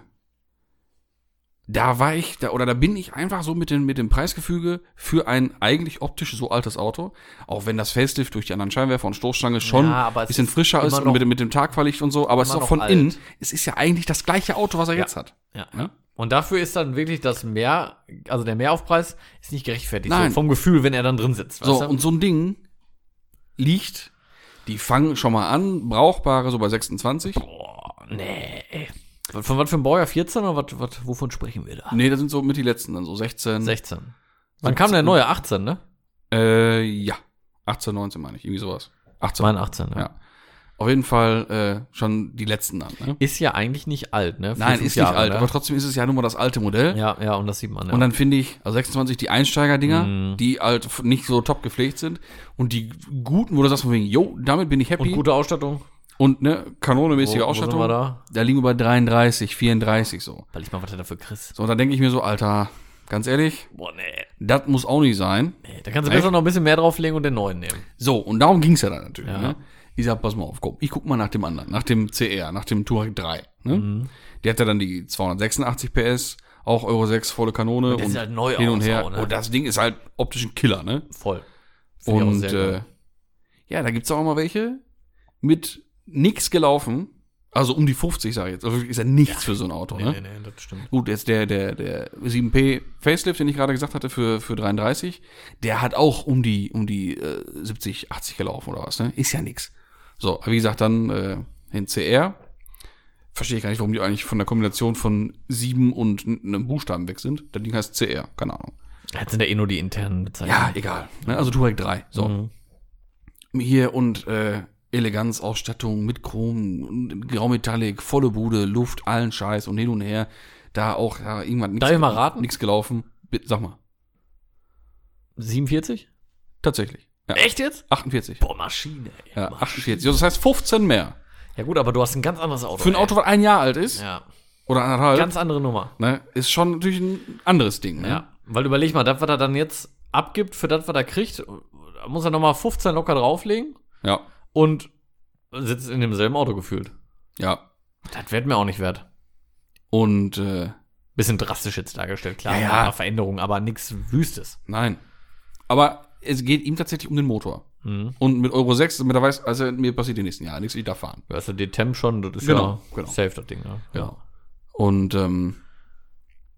[SPEAKER 1] da war ich, da, oder da bin ich einfach so mit, den, mit dem Preisgefüge für ein eigentlich optisch so altes Auto, auch wenn das Facelift durch die anderen Scheinwerfer und Stoßstange schon
[SPEAKER 2] Ja, aber
[SPEAKER 1] ein
[SPEAKER 2] es
[SPEAKER 1] bisschen
[SPEAKER 2] ist
[SPEAKER 1] frischer
[SPEAKER 2] immer
[SPEAKER 1] ist und
[SPEAKER 2] noch-
[SPEAKER 1] mit, dem- mit dem Tagfahrlicht und so, aber es ist
[SPEAKER 2] immer
[SPEAKER 1] auch
[SPEAKER 2] noch
[SPEAKER 1] von
[SPEAKER 2] alt.
[SPEAKER 1] innen, es ist ja eigentlich das gleiche Auto, was er jetzt hat.
[SPEAKER 2] Ja.
[SPEAKER 1] Ne?
[SPEAKER 2] Und dafür ist dann wirklich das Mehr, also der Mehraufpreis ist nicht gerechtfertigt.
[SPEAKER 1] Nein.
[SPEAKER 2] So vom Gefühl, wenn er dann drin sitzt.
[SPEAKER 1] So,
[SPEAKER 2] weißt du?
[SPEAKER 1] und so ein Ding liegt, die fangen schon mal an, brauchbare so bei 26.
[SPEAKER 2] Boah, nee. Was- Von was für einem Baujahr? 14 oder was, was, wovon sprechen wir da?
[SPEAKER 1] Nee, das sind so mit die letzten, dann so 16.
[SPEAKER 2] 16. Wann kam der neue? 18, ne?
[SPEAKER 1] Äh, ja. 18, 19 meine ich, irgendwie sowas. 18.
[SPEAKER 2] Mein 18, ja.
[SPEAKER 1] Ja. Auf jeden Fall äh, schon die letzten dann. Ne?
[SPEAKER 2] Ist ja eigentlich nicht alt, ne? Vier,
[SPEAKER 1] Nein,
[SPEAKER 2] fünf
[SPEAKER 1] ist
[SPEAKER 2] Jahre,
[SPEAKER 1] nicht alt,
[SPEAKER 2] ne?
[SPEAKER 1] aber trotzdem ist es ja nur mal das alte Modell.
[SPEAKER 2] Ja, ja, und das sieht man, ja.
[SPEAKER 1] Und dann finde ich, also 26 die Einsteiger-Dinger,
[SPEAKER 2] Mhm.
[SPEAKER 1] die halt f- nicht so top gepflegt sind. Und die guten, wo du sagst von wegen, yo, damit bin ich happy.
[SPEAKER 2] und gute Ausstattung.
[SPEAKER 1] Und, ne, kanonemäßige
[SPEAKER 2] Wo- wo sind
[SPEAKER 1] Ausstattung.
[SPEAKER 2] wir da?
[SPEAKER 1] liegen wir bei 33, 34 so.
[SPEAKER 2] Weil ich mal was du dafür kriegst.
[SPEAKER 1] So, und dann denke ich mir so, Alter, ganz ehrlich,
[SPEAKER 2] Boah, nee.
[SPEAKER 1] das muss auch nicht sein.
[SPEAKER 2] nee. Da kannst du
[SPEAKER 1] Echt?
[SPEAKER 2] besser noch ein bisschen mehr drauflegen und den neuen nehmen.
[SPEAKER 1] So, und darum ging's ja dann natürlich.
[SPEAKER 2] Ja.
[SPEAKER 1] Ne? Ich sag, pass mal auf, komm, ich guck mal nach dem anderen, nach dem CR, nach dem Touareg 3. Ne?
[SPEAKER 2] Mhm.
[SPEAKER 1] Der hat ja dann die 286 PS, auch Euro 6, volle Kanone
[SPEAKER 2] der sieht halt neu
[SPEAKER 1] hin und
[SPEAKER 2] aus
[SPEAKER 1] her.
[SPEAKER 2] auch, ne?
[SPEAKER 1] Und das Ding ist halt optisch ein Killer, ne?
[SPEAKER 2] Voll. Finde ich auch
[SPEAKER 1] Und
[SPEAKER 2] sehr geil.
[SPEAKER 1] äh, ja, da gibt's auch mal welche mit nix gelaufen. Also um die 50, sage ich jetzt. Also ist ja nichts für so ein Auto, ne?
[SPEAKER 2] Nee, nee, nee, das stimmt.
[SPEAKER 1] Gut, jetzt der, der, der 7P Facelift, den ich gerade gesagt hatte, für, für 33, der hat auch um die, um die äh, 70, 80 gelaufen oder was, ne? Ist ja nix. So, aber wie gesagt, dann äh, den CR. Verstehe ich gar nicht, warum die eigentlich von der Kombination von 7 und n- einem Buchstaben weg sind. Das Ding heißt CR, keine Ahnung.
[SPEAKER 2] Jetzt sind ja eh nur die internen
[SPEAKER 1] Ja,
[SPEAKER 2] Bezeichnungen.
[SPEAKER 1] egal. Ne? Also Touareg 3. So.
[SPEAKER 2] Mhm.
[SPEAKER 1] Hier und äh, Eleganz, Ausstattung mit Chrom, und Graumetallic, volle Bude, Luft, allen Scheiß und hin und her. Da auch ja, irgendwann nichts
[SPEAKER 2] Darf ich mal raten?
[SPEAKER 1] nix gelaufen. Bitte, sag mal.
[SPEAKER 2] 47?
[SPEAKER 1] Tatsächlich. Ja.
[SPEAKER 2] Echt jetzt?
[SPEAKER 1] 48.
[SPEAKER 2] Boah, Maschine, ey.
[SPEAKER 1] Ja, 48. Also Das heißt 15 mehr.
[SPEAKER 2] Ja gut, aber du hast ein ganz anderes Auto.
[SPEAKER 1] Für ein
[SPEAKER 2] ey.
[SPEAKER 1] Auto, was ein Jahr alt ist
[SPEAKER 2] Ja,
[SPEAKER 1] oder anderthalb,
[SPEAKER 2] ganz andere Nummer.
[SPEAKER 1] ne, ist schon natürlich ein anderes Ding. Ne?
[SPEAKER 2] Ja, weil überleg mal, das, was er dann jetzt abgibt, für das, was er kriegt, da muss er nochmal 15 locker drauflegen
[SPEAKER 1] ja.
[SPEAKER 2] und sitzt in demselben Auto gefühlt.
[SPEAKER 1] Ja.
[SPEAKER 2] Das wird mir auch nicht wert.
[SPEAKER 1] Und äh,
[SPEAKER 2] Bisschen drastisch jetzt dargestellt, klar,
[SPEAKER 1] Ja, ja.
[SPEAKER 2] ein paar Veränderungen, aber nichts Wüstes.
[SPEAKER 1] nein. Aber es geht ihm tatsächlich um den Motor.
[SPEAKER 2] Mhm.
[SPEAKER 1] Und mit Euro 6, damit er weiß, also mir passiert im nächsten Jahr nichts, ich darf fahren.
[SPEAKER 2] Du hast ja die Temp schon, das ist
[SPEAKER 1] Genau,
[SPEAKER 2] ja
[SPEAKER 1] genau.
[SPEAKER 2] safe, das Ding. Ne?
[SPEAKER 1] Ja. Und ähm,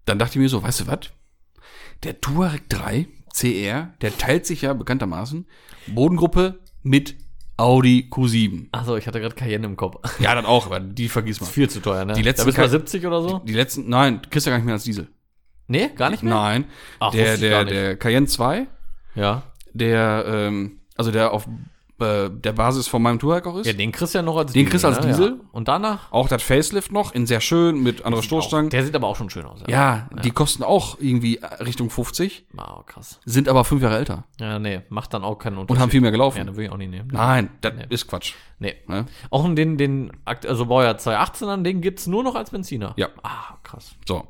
[SPEAKER 1] dann dachte ich mir so, weißt du was? Der Touareg 3 CR, der teilt sich ja bekanntermaßen Bodengruppe mit Audi Q7.
[SPEAKER 2] Achso, ich hatte gerade Cayenne im Kopf.
[SPEAKER 1] Ja, dann auch, aber die vergiss mal.
[SPEAKER 2] Ist viel zu teuer, ne?
[SPEAKER 1] Die letzte
[SPEAKER 2] da bist du bei
[SPEAKER 1] Ka-
[SPEAKER 2] 70 oder so?
[SPEAKER 1] Die letzten, nein, kriegst du gar nicht mehr als Diesel.
[SPEAKER 2] Nee, gar nicht mehr?
[SPEAKER 1] Nein.
[SPEAKER 2] Ach,
[SPEAKER 1] der,
[SPEAKER 2] wusste ich gar
[SPEAKER 1] der,
[SPEAKER 2] nicht.
[SPEAKER 1] der Cayenne 2,
[SPEAKER 2] Ja.
[SPEAKER 1] der, ähm, also der auf äh, der Basis von meinem Touareg auch ist.
[SPEAKER 2] ja, den kriegst du ja noch als
[SPEAKER 1] Den kriegst du als
[SPEAKER 2] ne?
[SPEAKER 1] Diesel.
[SPEAKER 2] Ja. Und danach?
[SPEAKER 1] Auch das Facelift noch, in sehr schön, mit anderer Stoßstange.
[SPEAKER 2] Der sieht aber auch schon schön aus.
[SPEAKER 1] Ja, die kosten auch irgendwie äh, Richtung 50,
[SPEAKER 2] Ah, krass.
[SPEAKER 1] sind aber fünf Jahre älter
[SPEAKER 2] Ja, nee, macht dann auch keinen Unterschied.
[SPEAKER 1] und haben viel mehr
[SPEAKER 2] Ja,
[SPEAKER 1] gelaufen.
[SPEAKER 2] den will ich auch nicht nehmen.
[SPEAKER 1] Nein, das
[SPEAKER 2] Nee.
[SPEAKER 1] ist Quatsch.
[SPEAKER 2] Nee.
[SPEAKER 1] Ne?
[SPEAKER 2] Auch in den, den Akt- also Baujahr 2018 an, den gibt's nur noch als Benziner.
[SPEAKER 1] Ja.
[SPEAKER 2] Ah, krass.
[SPEAKER 1] So.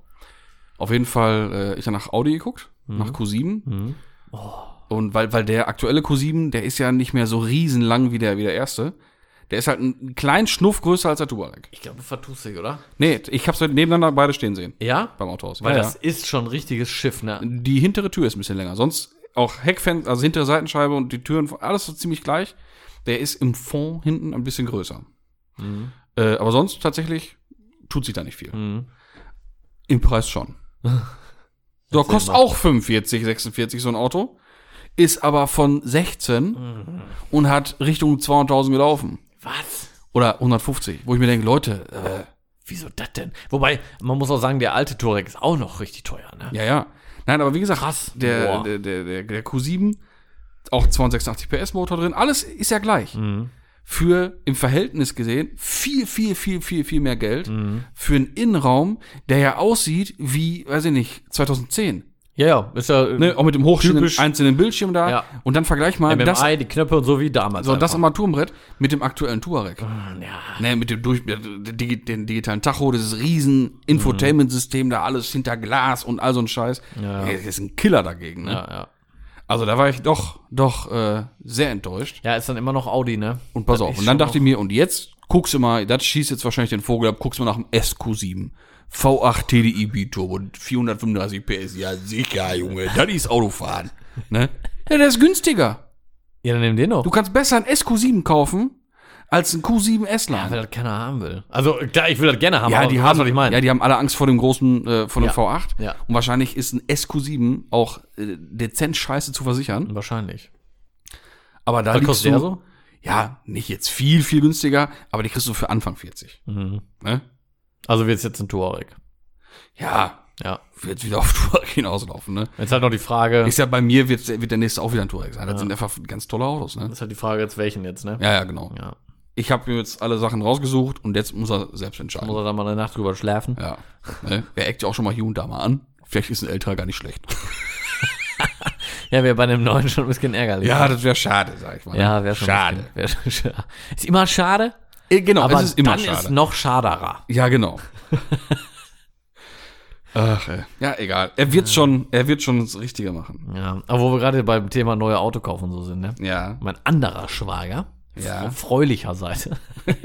[SPEAKER 1] Auf jeden Fall, äh, ich habe nach Audi geguckt, nach Q7.
[SPEAKER 2] Mhm.
[SPEAKER 1] Und weil, weil der aktuelle Q7, der ist ja nicht mehr so riesenlang wie der, wie der erste. Der ist halt einen kleinen Schnuff größer als der Touareg.
[SPEAKER 2] Ich glaube, du vertust dich, oder?
[SPEAKER 1] Nee, ich hab's nebeneinander beide stehen sehen.
[SPEAKER 2] Ja?
[SPEAKER 1] Beim Autohaus.
[SPEAKER 2] Weil
[SPEAKER 1] Ja,
[SPEAKER 2] das
[SPEAKER 1] ja.
[SPEAKER 2] ist schon ein richtiges Schiff, ne?
[SPEAKER 1] Die hintere Tür ist ein bisschen länger. Sonst auch Heckfenster, also hintere Seitenscheibe und die Türen, alles so ziemlich gleich. Der ist im Fond hinten ein bisschen größer.
[SPEAKER 2] Mhm.
[SPEAKER 1] Äh, aber sonst tatsächlich tut sich da nicht viel.
[SPEAKER 2] Mhm.
[SPEAKER 1] Im Preis schon. da kostet auch 45, 46 so ein Auto. Ist aber von 16 und hat Richtung 200.000 gelaufen.
[SPEAKER 2] Was?
[SPEAKER 1] Oder 150. Wo ich mir denke, Leute, äh,
[SPEAKER 2] Wieso das denn? Wobei, man muss auch sagen, der alte Touareg ist auch noch richtig teuer, ne?
[SPEAKER 1] Ja, ja. Nein, aber wie gesagt,
[SPEAKER 2] Krass.
[SPEAKER 1] Der,
[SPEAKER 2] Boah.
[SPEAKER 1] der, der, der, der Q7, auch 286 PS Motor drin, alles ist ja gleich.
[SPEAKER 2] Mhm.
[SPEAKER 1] Für im Verhältnis gesehen viel, viel, viel, viel, viel mehr Geld
[SPEAKER 2] Mhm.
[SPEAKER 1] für einen Innenraum, der ja aussieht wie, weiß ich nicht, 2010.
[SPEAKER 2] Ja, ja. Ist ja äh,
[SPEAKER 1] Ne? Auch mit dem hochstehenden
[SPEAKER 2] Typisch.
[SPEAKER 1] einzelnen Bildschirm da.
[SPEAKER 2] Ja.
[SPEAKER 1] Und dann vergleich mal
[SPEAKER 2] MMI,
[SPEAKER 1] das,
[SPEAKER 2] die Knöpfe und so wie damals.
[SPEAKER 1] so, das
[SPEAKER 2] einfach.
[SPEAKER 1] Armaturenbrett mit dem aktuellen Touareg.
[SPEAKER 2] ja.
[SPEAKER 1] Ne, mit dem durch, der- der digi- den digitalen Tacho, dieses riesen Infotainment-System, da alles hinter Glas und all so ein Scheiß.
[SPEAKER 2] Ja.
[SPEAKER 1] Ey, Das ist ein Killer dagegen. Ne?
[SPEAKER 2] Ja, ja.
[SPEAKER 1] Also da war ich doch, doch äh, sehr enttäuscht.
[SPEAKER 2] Ja, ist dann immer noch Audi, ne?
[SPEAKER 1] Und pass
[SPEAKER 2] Das
[SPEAKER 1] auf.
[SPEAKER 2] ist
[SPEAKER 1] Und dann
[SPEAKER 2] schon
[SPEAKER 1] dachte ich mir, und jetzt guckst du mal, das schießt jetzt wahrscheinlich den Vogel ab, guckst mal nach dem SQ7. V8 TDI Biturbo, 435 PS. Ja, sicher, Junge, das ist Autofahren. Ne? Ja, der ist günstiger.
[SPEAKER 2] Ja, dann nimm den doch.
[SPEAKER 1] Du kannst besser einen SQ7 kaufen, als einen Q7
[SPEAKER 2] Ja,
[SPEAKER 1] S-Line.
[SPEAKER 2] weil das keiner haben will. Also klar, ich will das gerne haben, du weißt, was ich meine.
[SPEAKER 1] ja, die haben alle Angst vor dem großen, äh, vor dem
[SPEAKER 2] Ja.
[SPEAKER 1] V8.
[SPEAKER 2] Ja.
[SPEAKER 1] Und wahrscheinlich ist ein SQ7 auch äh, dezent scheiße zu versichern.
[SPEAKER 2] Wahrscheinlich.
[SPEAKER 1] Aber da
[SPEAKER 2] Was
[SPEAKER 1] liegst
[SPEAKER 2] kostet
[SPEAKER 1] du,
[SPEAKER 2] der so?
[SPEAKER 1] ja, nicht jetzt viel, viel günstiger, aber die kriegst du für Anfang 40.
[SPEAKER 2] Mhm.
[SPEAKER 1] Ne?
[SPEAKER 2] Also wird es jetzt ein Touareg.
[SPEAKER 1] Ja,
[SPEAKER 2] Ja.
[SPEAKER 1] wird wieder auf Touareg hinauslaufen. Ne?
[SPEAKER 2] Jetzt halt noch die Frage,
[SPEAKER 1] Ist ja bei mir, wird, wird der nächste auch wieder ein Touareg sein. Das sind einfach ganz tolle Autos. Ne?
[SPEAKER 2] ist halt die Frage jetzt welchen jetzt, ne?
[SPEAKER 1] Ja, ja, genau.
[SPEAKER 2] Ja.
[SPEAKER 1] Ich habe mir jetzt alle Sachen rausgesucht und jetzt muss er selbst
[SPEAKER 2] Muss
[SPEAKER 1] entscheiden.
[SPEAKER 2] er da mal eine Nacht drüber schlafen?
[SPEAKER 1] Ja. Ne? Er eckt ja auch schon mal hier und da mal an. Vielleicht ist ein älterer gar nicht schlecht.
[SPEAKER 2] Ja, wäre bei einem neuen schon ein bisschen ärgerlich.
[SPEAKER 1] Ja, das wäre schade, sag ich mal.
[SPEAKER 2] Ja, wäre schon. ein
[SPEAKER 1] Schade.
[SPEAKER 2] bisschen- Wär schon schade. Ist immer schade,
[SPEAKER 1] Äh, Genau,
[SPEAKER 2] aber
[SPEAKER 1] es ist immer
[SPEAKER 2] dann
[SPEAKER 1] schade.
[SPEAKER 2] ist noch schaderer.
[SPEAKER 1] Ja, genau. Ach, ey. ja, egal. Er wird schon, er wird schon das Richtige machen.
[SPEAKER 2] Ja. Aber wo wir gerade beim Thema neue Auto kaufen und so sind, ne?
[SPEAKER 1] Ja.
[SPEAKER 2] Mein anderer Schwager,
[SPEAKER 1] Ja.
[SPEAKER 2] auf freulicher Seite,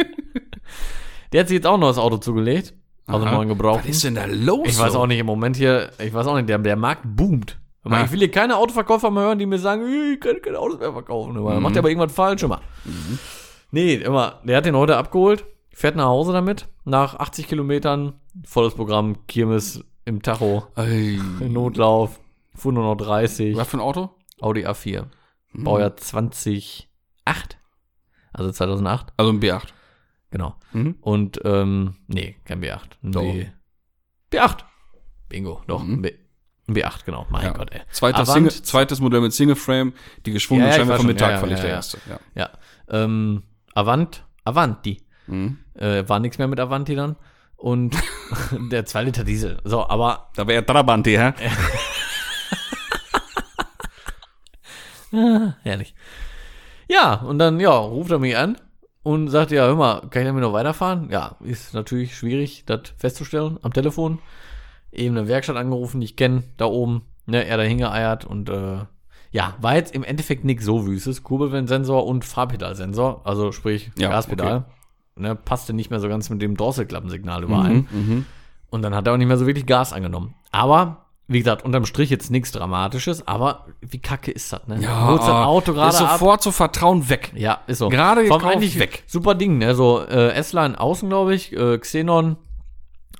[SPEAKER 2] der hat sich jetzt auch ein neues Auto zugelegt. Also einen
[SPEAKER 1] Aha.
[SPEAKER 2] neuen Gebrauchten.
[SPEAKER 1] denn da los?
[SPEAKER 2] Ich weiß
[SPEAKER 1] so?
[SPEAKER 2] auch nicht, im Moment hier, ich weiß auch nicht, der, der Markt boomt. Hör mal,
[SPEAKER 1] Ah.
[SPEAKER 2] Ich will hier keine Autoverkäufer mehr hören, die mir sagen, "Ih, ich kann keine Autos mehr verkaufen. Hör mal,
[SPEAKER 1] Mhm.
[SPEAKER 2] Dann macht er aber irgendwas falsch immer. Nee, immer, der hat den heute abgeholt, fährt nach Hause damit, nach 80 Kilometern, volles Programm, Kirmes im Tacho,
[SPEAKER 1] Ey.
[SPEAKER 2] Notlauf, fuhr nur noch 30,
[SPEAKER 1] Mhm. Was Mhm. für ein Auto?
[SPEAKER 2] Audi A4, Baujahr 2008, also 2008,
[SPEAKER 1] Also ein B8.
[SPEAKER 2] genau.
[SPEAKER 1] Mhm.
[SPEAKER 2] Und, ähm, nee, kein B8. Ein
[SPEAKER 1] Doch.
[SPEAKER 2] B. B8. Bingo, doch.
[SPEAKER 1] Mhm.
[SPEAKER 2] Ein B, ein B8, genau. Mein
[SPEAKER 1] Ja.
[SPEAKER 2] Gott, ey.
[SPEAKER 1] Zweiter
[SPEAKER 2] Avant.
[SPEAKER 1] Single, zweites Modell mit Single Frame, die geschwungenen
[SPEAKER 2] Ja, ja, ich
[SPEAKER 1] Scheinwerfer
[SPEAKER 2] weiß
[SPEAKER 1] mit
[SPEAKER 2] schon. Ja,
[SPEAKER 1] Tagverlicht,
[SPEAKER 2] ja,
[SPEAKER 1] der
[SPEAKER 2] ja.
[SPEAKER 1] erste. Ja.
[SPEAKER 2] Ja. Ähm, Avant, Avanti.
[SPEAKER 1] Mhm.
[SPEAKER 2] Äh, war nichts mehr mit Avanti dann. Und der 2 Liter Diesel. So, aber
[SPEAKER 1] Da wäre Trabant, ja?
[SPEAKER 2] ah, herrlich. Ja, und dann, ja, ruft er mich an und sagt, ja, hör mal, kann ich damit noch weiterfahren? Ja, ist natürlich schwierig, das festzustellen am Telefon. Eben eine Werkstatt angerufen, die ich kenne, da oben. Ne, er da hingeeiert und äh, ja, war jetzt im Endeffekt nichts so Wüstes. Kurbelwendsensor und Fahrpedalsensor, also sprich
[SPEAKER 1] Ja,
[SPEAKER 2] Gaspedal. Ne, passte nicht mehr so ganz mit dem Drosselklappensignal überein.
[SPEAKER 1] Mhm. Mhm.
[SPEAKER 2] Und dann hat er auch nicht mehr so wirklich Gas angenommen. Aber, wie gesagt, unterm Strich jetzt nichts Dramatisches, aber wie kacke ist das, ne?
[SPEAKER 1] Ja,
[SPEAKER 2] Holst das Auto
[SPEAKER 1] ist
[SPEAKER 2] gerade ab.
[SPEAKER 1] sofort so Vertrauen weg.
[SPEAKER 2] Ja, ist so.
[SPEAKER 1] Gerade
[SPEAKER 2] Vor allem
[SPEAKER 1] gekauft,
[SPEAKER 2] eigentlich
[SPEAKER 1] weg.
[SPEAKER 2] Super Ding, ne? So äh, S-Line außen, glaube ich, äh, Xenon,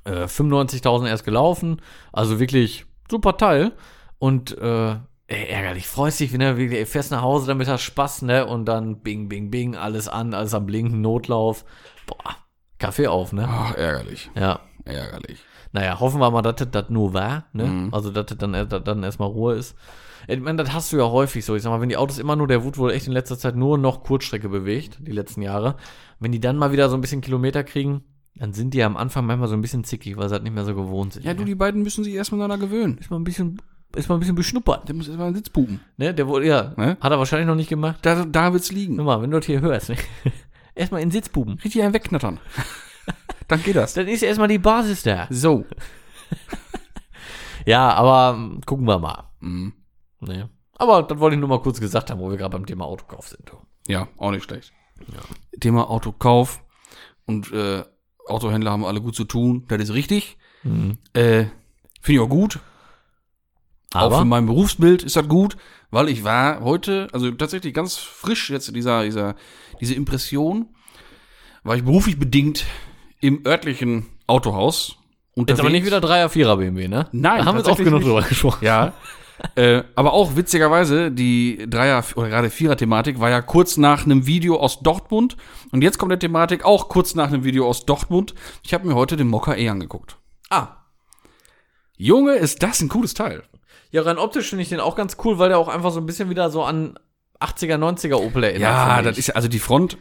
[SPEAKER 2] äh, 95.000 erst gelaufen. Also wirklich super Teil. Und äh, ey, ärgerlich, freust dich, wenn er wirklich ey, fährst nach Hause, damit hast Spaß, ne? Und dann bing, bing, bing, alles an, alles am Blinken, Notlauf. Boah, Kaffee auf, ne?
[SPEAKER 1] Ach, ärgerlich.
[SPEAKER 2] Ja,
[SPEAKER 1] Ärgerlich.
[SPEAKER 2] naja, hoffen wir mal, dass das das nur war, ne?
[SPEAKER 1] Mhm.
[SPEAKER 2] Also, dass das dann, dass das dann erstmal Ruhe ist. Ich meine, das hast du ja häufig so. Ich sag mal, wenn die Autos immer nur, der Wut wurde echt in letzter Zeit nur noch Kurzstrecke bewegt, die letzten Jahre. Wenn die dann mal wieder so ein bisschen Kilometer kriegen, dann sind die ja am Anfang manchmal so ein bisschen zickig, weil sie halt nicht mehr so gewohnt sind.
[SPEAKER 1] Ja, du, die beiden müssen sich erst miteinander gewöhnen.
[SPEAKER 2] ist mal ein bisschen, ist mal ein bisschen beschnuppert,
[SPEAKER 1] Der muss erstmal einen Sitz buben.
[SPEAKER 2] ne? Der wurde, ja,
[SPEAKER 1] Ne?
[SPEAKER 2] hat er wahrscheinlich noch nicht gemacht.
[SPEAKER 1] Da, da wird's liegen.
[SPEAKER 2] Hör mal, wenn du das hier hörst, ne? Erstmal in den Sitzbuben.
[SPEAKER 1] Richtig einen wegknattern. Dann geht das.
[SPEAKER 2] Dann ist erstmal die Basis da.
[SPEAKER 1] So.
[SPEAKER 2] Ja, aber ähm, gucken wir mal.
[SPEAKER 1] Mhm.
[SPEAKER 2] Nee. Aber das wollte ich nur mal kurz gesagt haben, wo wir gerade beim Thema Autokauf sind.
[SPEAKER 1] Ja, auch nicht schlecht. Thema Autokauf und äh, Autohändler haben alle gut zu tun. Das ist richtig. Äh, Finde ich auch gut. auch
[SPEAKER 2] Aber
[SPEAKER 1] für mein Berufsbild ist das gut, weil ich war heute, also tatsächlich ganz frisch jetzt dieser, dieser, diese Impression, war ich beruflich bedingt im örtlichen Autohaus
[SPEAKER 2] jetzt
[SPEAKER 1] unterwegs.
[SPEAKER 2] aber nicht wieder 3er, 4er BMW, ne?
[SPEAKER 1] Nein,
[SPEAKER 2] Da haben wir jetzt oft
[SPEAKER 1] tatsächlich
[SPEAKER 2] genug
[SPEAKER 1] nicht.
[SPEAKER 2] drüber gesprochen.
[SPEAKER 1] Ja. äh, aber auch witzigerweise, die Dreier- oder gerade Vierer-Thematik war ja kurz nach einem Video aus Dortmund. Und jetzt kommt der Thematik auch kurz nach einem Video aus Dortmund. Ich habe mir heute den Mokka E angeguckt.
[SPEAKER 2] Ah,
[SPEAKER 1] Junge, ist das ein cooles Teil.
[SPEAKER 2] ja, rein optisch finde ich den auch ganz cool, weil der auch einfach so ein bisschen wieder so an 80er, 90er Opel erinnert.
[SPEAKER 1] Ja,
[SPEAKER 2] finde
[SPEAKER 1] das
[SPEAKER 2] ich.
[SPEAKER 1] ist ja- also die Front.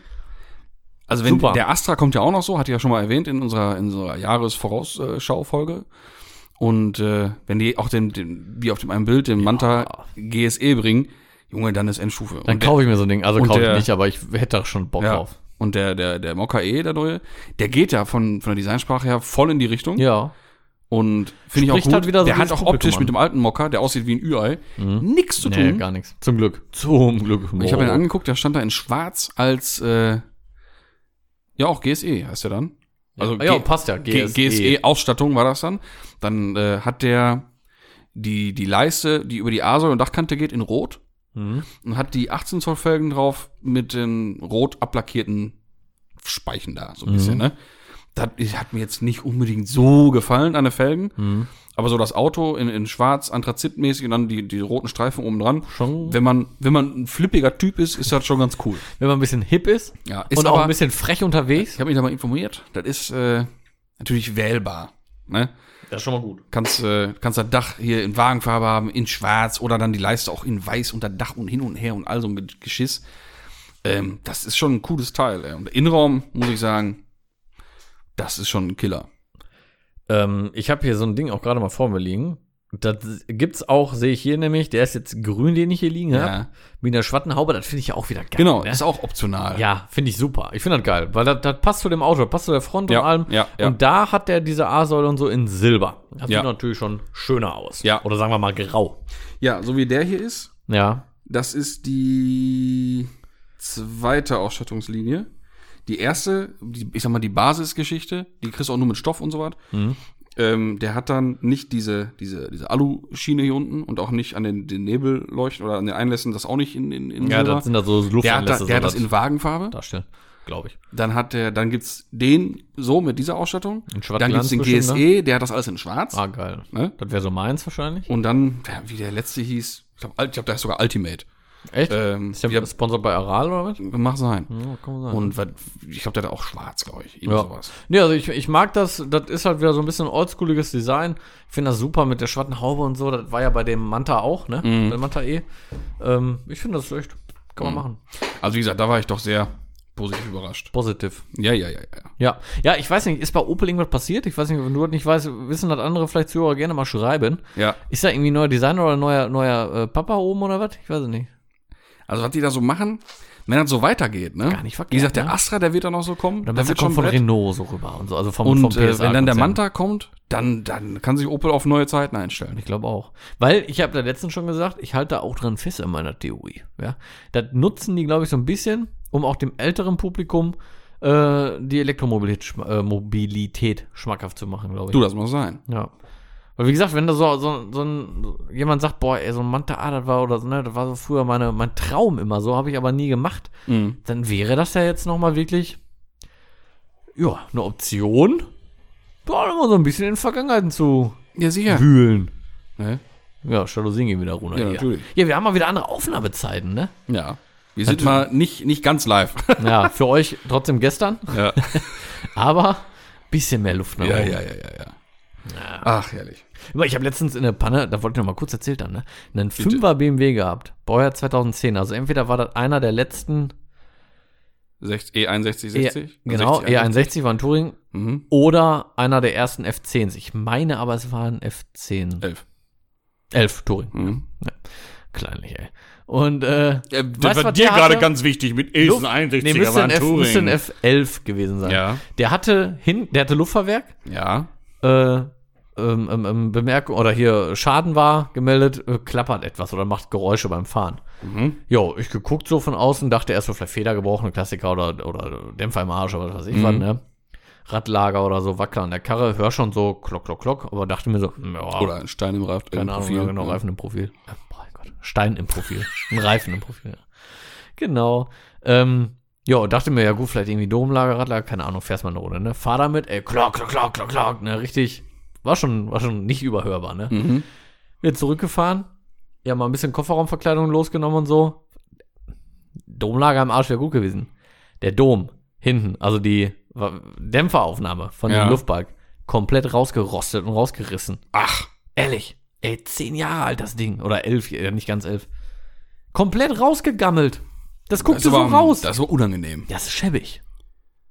[SPEAKER 1] Also wenn
[SPEAKER 2] Super.
[SPEAKER 1] der Astra kommt ja auch noch so, hatte ich ja schon mal erwähnt in unserer in unserer Jahresvorausschau-Folge. Und äh, wenn die auch den, den wie auf dem einen Bild den Manta GSE bringen, Junge, dann ist Endstufe.
[SPEAKER 2] Dann
[SPEAKER 1] Und der-
[SPEAKER 2] kaufe ich mir so ein Ding. Also
[SPEAKER 1] und
[SPEAKER 2] kaufe ich
[SPEAKER 1] der-
[SPEAKER 2] nicht, aber ich hätte da schon Bock drauf.
[SPEAKER 1] Und der, der, der Mokka E, der neue, der geht ja von, von der Designsprache her voll in die Richtung.
[SPEAKER 2] Ja.
[SPEAKER 1] Und finde ich auch
[SPEAKER 2] Spricht
[SPEAKER 1] gut.
[SPEAKER 2] halt wieder so
[SPEAKER 1] der hat
[SPEAKER 2] dieses
[SPEAKER 1] auch
[SPEAKER 2] Publikum
[SPEAKER 1] optisch
[SPEAKER 2] an.
[SPEAKER 1] mit dem alten Mokka, der aussieht wie ein Ü-Ei, nichts zu
[SPEAKER 2] Mhm. Nee,
[SPEAKER 1] tun.
[SPEAKER 2] gar nichts. Zum Glück. Zum Glück.
[SPEAKER 1] ich habe ihn
[SPEAKER 2] Oh.
[SPEAKER 1] angeguckt, der stand da in schwarz als, äh, ja auch GSE heißt der dann. Also
[SPEAKER 2] ja, ja,
[SPEAKER 1] G-
[SPEAKER 2] passt ja. E.
[SPEAKER 1] G- E. GSE-Ausstattung war das dann. Dann äh, hat der die, die Leiste, die über die A-Säule und Dachkante geht, in rot
[SPEAKER 2] Mhm.
[SPEAKER 1] und hat die 18 Zoll Felgen drauf mit den rot ablackierten Speichen da, so ein
[SPEAKER 2] Mhm.
[SPEAKER 1] bisschen, ne? Das hat mir jetzt nicht unbedingt so gefallen an den Felgen,
[SPEAKER 2] Mhm.
[SPEAKER 1] aber so das Auto in, in schwarz, anthrazitmäßig und dann die, die roten Streifen oben dran.
[SPEAKER 2] Schon,
[SPEAKER 1] Wenn man, wenn man ein flippiger Typ ist, ist das schon ganz cool.
[SPEAKER 2] wenn man ein bisschen hip ist,
[SPEAKER 1] Ja, ist
[SPEAKER 2] und auch
[SPEAKER 1] aber,
[SPEAKER 2] ein bisschen frech unterwegs.
[SPEAKER 1] ich habe mich da mal informiert, das ist äh, natürlich wählbar, ne?
[SPEAKER 2] Das ist schon mal gut.
[SPEAKER 1] Kannst, äh, kannst das Dach hier in Wagenfarbe haben, in schwarz oder dann die Leiste auch in weiß unter Dach und hin und her und all so ein Ge- Geschiss. Ähm, das ist schon ein cooles Teil. Ey. Und der Innenraum, muss ich sagen, das ist schon ein Killer.
[SPEAKER 2] Ähm, ich habe hier so ein Ding auch gerade mal vor mir liegen. Das gibt's auch, sehe ich hier nämlich. Der ist jetzt grün, den ich hier liegen habe. Mit einer Schwattenhaube, das finde ich ja auch wieder geil.
[SPEAKER 1] Genau,
[SPEAKER 2] Ne?
[SPEAKER 1] ist auch optional.
[SPEAKER 2] Ja, finde ich super. Ich finde das geil, weil das, das passt zu dem Auto, das passt zu der Front
[SPEAKER 1] Ja,
[SPEAKER 2] und allem.
[SPEAKER 1] ja, ja.
[SPEAKER 2] Und da hat der diese A-Säule und so in Silber. Das
[SPEAKER 1] Ja.
[SPEAKER 2] sieht natürlich schon schöner aus.
[SPEAKER 1] Ja.
[SPEAKER 2] Oder sagen wir mal grau.
[SPEAKER 1] ja, so wie der hier ist,
[SPEAKER 2] Ja.
[SPEAKER 1] das ist die zweite
[SPEAKER 2] Mhm.
[SPEAKER 1] Ausstattungslinie. Die erste, die, ich sag mal, die Basisgeschichte, die kriegst du auch nur mit Stoff und so was. Ähm, der hat dann nicht diese, diese, diese Aluschiene hier unten und auch nicht an den, den Nebelleuchten oder an den Einlässen, das auch nicht in, in, in
[SPEAKER 2] Ja,
[SPEAKER 1] Silber.
[SPEAKER 2] das sind da so
[SPEAKER 1] der hat, da,
[SPEAKER 2] Luftanlässe,
[SPEAKER 1] der hat
[SPEAKER 2] so
[SPEAKER 1] das in Wagenfarbe.
[SPEAKER 2] darstellen, glaube ich.
[SPEAKER 1] Dann hat der, dann gibt's den so mit dieser Ausstattung.
[SPEAKER 2] In schwarz
[SPEAKER 1] Dann gibt's den
[SPEAKER 2] bestimmt,
[SPEAKER 1] GSE,
[SPEAKER 2] ne?
[SPEAKER 1] der hat das alles in schwarz.
[SPEAKER 2] Ah, geil.
[SPEAKER 1] Ne?
[SPEAKER 2] Das wäre so meins wahrscheinlich.
[SPEAKER 1] Und dann, ja, wie der letzte hieß, ich glaube, ich glaub, der ist sogar Ultimate.
[SPEAKER 2] Echt?
[SPEAKER 1] Ähm,
[SPEAKER 2] ist der
[SPEAKER 1] ja.
[SPEAKER 2] Sponsor bei Aral oder was?
[SPEAKER 1] Mach sein.
[SPEAKER 2] Ja, kann man sagen.
[SPEAKER 1] Und wat- ich glaube, der hat auch schwarz, glaube ich. Irgendwie
[SPEAKER 2] Ja.
[SPEAKER 1] sowas.
[SPEAKER 2] Nee, also ich, ich mag das. Das ist halt wieder so ein bisschen oldschooliges Design. Ich finde das super mit der schwarzen Haube und so. Das war ja bei dem Manta auch, ne?
[SPEAKER 1] Mhm.
[SPEAKER 2] Bei dem Manta E. Ähm, ich finde das echt. Kann man machen.
[SPEAKER 1] Also wie gesagt, da war ich doch sehr positiv überrascht.
[SPEAKER 2] Positiv.
[SPEAKER 1] Ja, ja, ja, ja.
[SPEAKER 2] Ja. Ja, ich weiß nicht, ist bei Opel irgendwas passiert? Ich weiß nicht, wenn du das nicht weißt, wissen das andere vielleicht Zuhörer gerne mal schreiben.
[SPEAKER 1] Ja.
[SPEAKER 2] Ist da irgendwie ein neuer Designer oder ein neuer, neuer äh, Papa oben oder was? Ich weiß es nicht.
[SPEAKER 1] Also was die da so machen, wenn das so weitergeht, ne?
[SPEAKER 2] Gar nicht verkehrt,
[SPEAKER 1] Wie gesagt, der
[SPEAKER 2] ne?
[SPEAKER 1] Astra, der wird da noch so kommen. der
[SPEAKER 2] Oder meinst du,
[SPEAKER 1] wird
[SPEAKER 2] der kommt von
[SPEAKER 1] Brett.
[SPEAKER 2] Renault so rüber und so. Also vom, vom
[SPEAKER 1] Und äh, wenn dann der
[SPEAKER 2] PSA -Konzern.
[SPEAKER 1] Manta kommt, dann, dann kann sich Opel auf neue Zeiten einstellen.
[SPEAKER 2] Ich glaube auch. Weil, ich habe da letztens schon gesagt, ich halte da auch dran fest an meiner Theorie. Ja? Das nutzen die, glaube ich, so ein bisschen, um auch dem älteren Publikum äh, die Elektromobilität schma- äh, Mobilität schmackhaft zu machen, glaube ich.
[SPEAKER 1] Du, das muss sein.
[SPEAKER 2] Ja. Weil, wie gesagt, wenn da so, so, so ein, jemand sagt, boah, ey, so ein Manta A, das war oder so, ne, das war so früher meine, mein Traum immer so, habe ich aber nie gemacht, dann wäre das ja jetzt nochmal wirklich, ja, eine Option, da immer so ein bisschen in Vergangenheiten zu
[SPEAKER 1] Ja, sicher.
[SPEAKER 2] wühlen.
[SPEAKER 1] Ne?
[SPEAKER 2] Ja, Jalousien gehen wieder runter.
[SPEAKER 1] Ja,
[SPEAKER 2] hier.
[SPEAKER 1] natürlich.
[SPEAKER 2] Ja, wir haben mal wieder andere Aufnahmezeiten, ne?
[SPEAKER 1] Ja. Wir sind mal nicht, nicht ganz live.
[SPEAKER 2] Ja, für euch trotzdem gestern,
[SPEAKER 1] ja.
[SPEAKER 2] aber bisschen mehr Luft nach
[SPEAKER 1] ja,
[SPEAKER 2] oben.
[SPEAKER 1] ja, ja, ja, ja. Ach, herrlich.
[SPEAKER 2] Aber Ich habe letztens in der Panne, da wollte ich noch mal kurz erzählt haben, ne? Einen 5er BMW gehabt, Baujahr 2010. Also entweder war das einer der letzten,
[SPEAKER 1] Sech- E61,
[SPEAKER 2] E-
[SPEAKER 1] 60?
[SPEAKER 2] genau,
[SPEAKER 1] 60,
[SPEAKER 2] E61 war ein Touring,
[SPEAKER 1] Mhm.
[SPEAKER 2] oder einer der ersten F10s. Ich meine aber, es waren F10.
[SPEAKER 1] 11.
[SPEAKER 2] 11 Touring,
[SPEAKER 1] Mhm.
[SPEAKER 2] kleinlich, ey. Und, äh,
[SPEAKER 3] Das
[SPEAKER 2] weißt du,
[SPEAKER 3] war
[SPEAKER 2] was
[SPEAKER 3] dir
[SPEAKER 2] der
[SPEAKER 3] gerade
[SPEAKER 2] hatte?
[SPEAKER 3] ganz wichtig mit Esen
[SPEAKER 2] nee,
[SPEAKER 3] 61er
[SPEAKER 2] müsste
[SPEAKER 3] war ein
[SPEAKER 2] ein, F, müsste ein
[SPEAKER 3] Touring.
[SPEAKER 2] F11 gewesen sein.
[SPEAKER 1] Ja.
[SPEAKER 2] Der hatte hin, der hatte Luftfahrwerk,
[SPEAKER 1] Ja.
[SPEAKER 2] äh, ähm, ähm, ähm, Bemerkung oder hier Schaden war gemeldet, äh, klappert etwas oder macht Geräusche beim Fahren. Jo, ich geguckt so von außen, dachte erst mal vielleicht Feder gebrochene Klassiker oder, oder Dämpfer im Arsch oder was weiß ich was, ne? Radlager oder so, Wackler an der Karre, hör schon so klock, klock, klock, aber dachte mir so, hm, ja,
[SPEAKER 1] Oder ein Stein im Raft.
[SPEAKER 2] keine Ahnung, ja, genau, Reifen im Profil. Ah, mein Gott, Stein im Profil. Ein Reifen im Profil, ja. Genau. Ähm, ja, und dachte mir, ja gut, vielleicht irgendwie Domlager, Radlager, keine Ahnung, fährst mal eine Runde, ne? Fahr damit, ey, klock, klock, klock, klock, klock, ne? Richtig, war schon, war schon nicht überhörbar, ne?
[SPEAKER 1] Mhm.
[SPEAKER 2] Wir zurückgefahren, ja, mal ein bisschen Kofferraumverkleidung losgenommen und so. Domlager im Arsch wäre gut gewesen. Der Dom, hinten, also die Wa- Dämpferaufnahme von
[SPEAKER 1] Ja.
[SPEAKER 2] dem Luftbalg, komplett rausgerostet und rausgerissen.
[SPEAKER 1] Ach,
[SPEAKER 2] Ehrlich. Ey, zehn Jahre alt das Ding. Oder elf, ja, nicht ganz elf. Komplett rausgegammelt. Das guckst
[SPEAKER 1] das
[SPEAKER 2] du so
[SPEAKER 1] war,
[SPEAKER 2] raus.
[SPEAKER 1] das war unangenehm.
[SPEAKER 2] Das ist schäbig.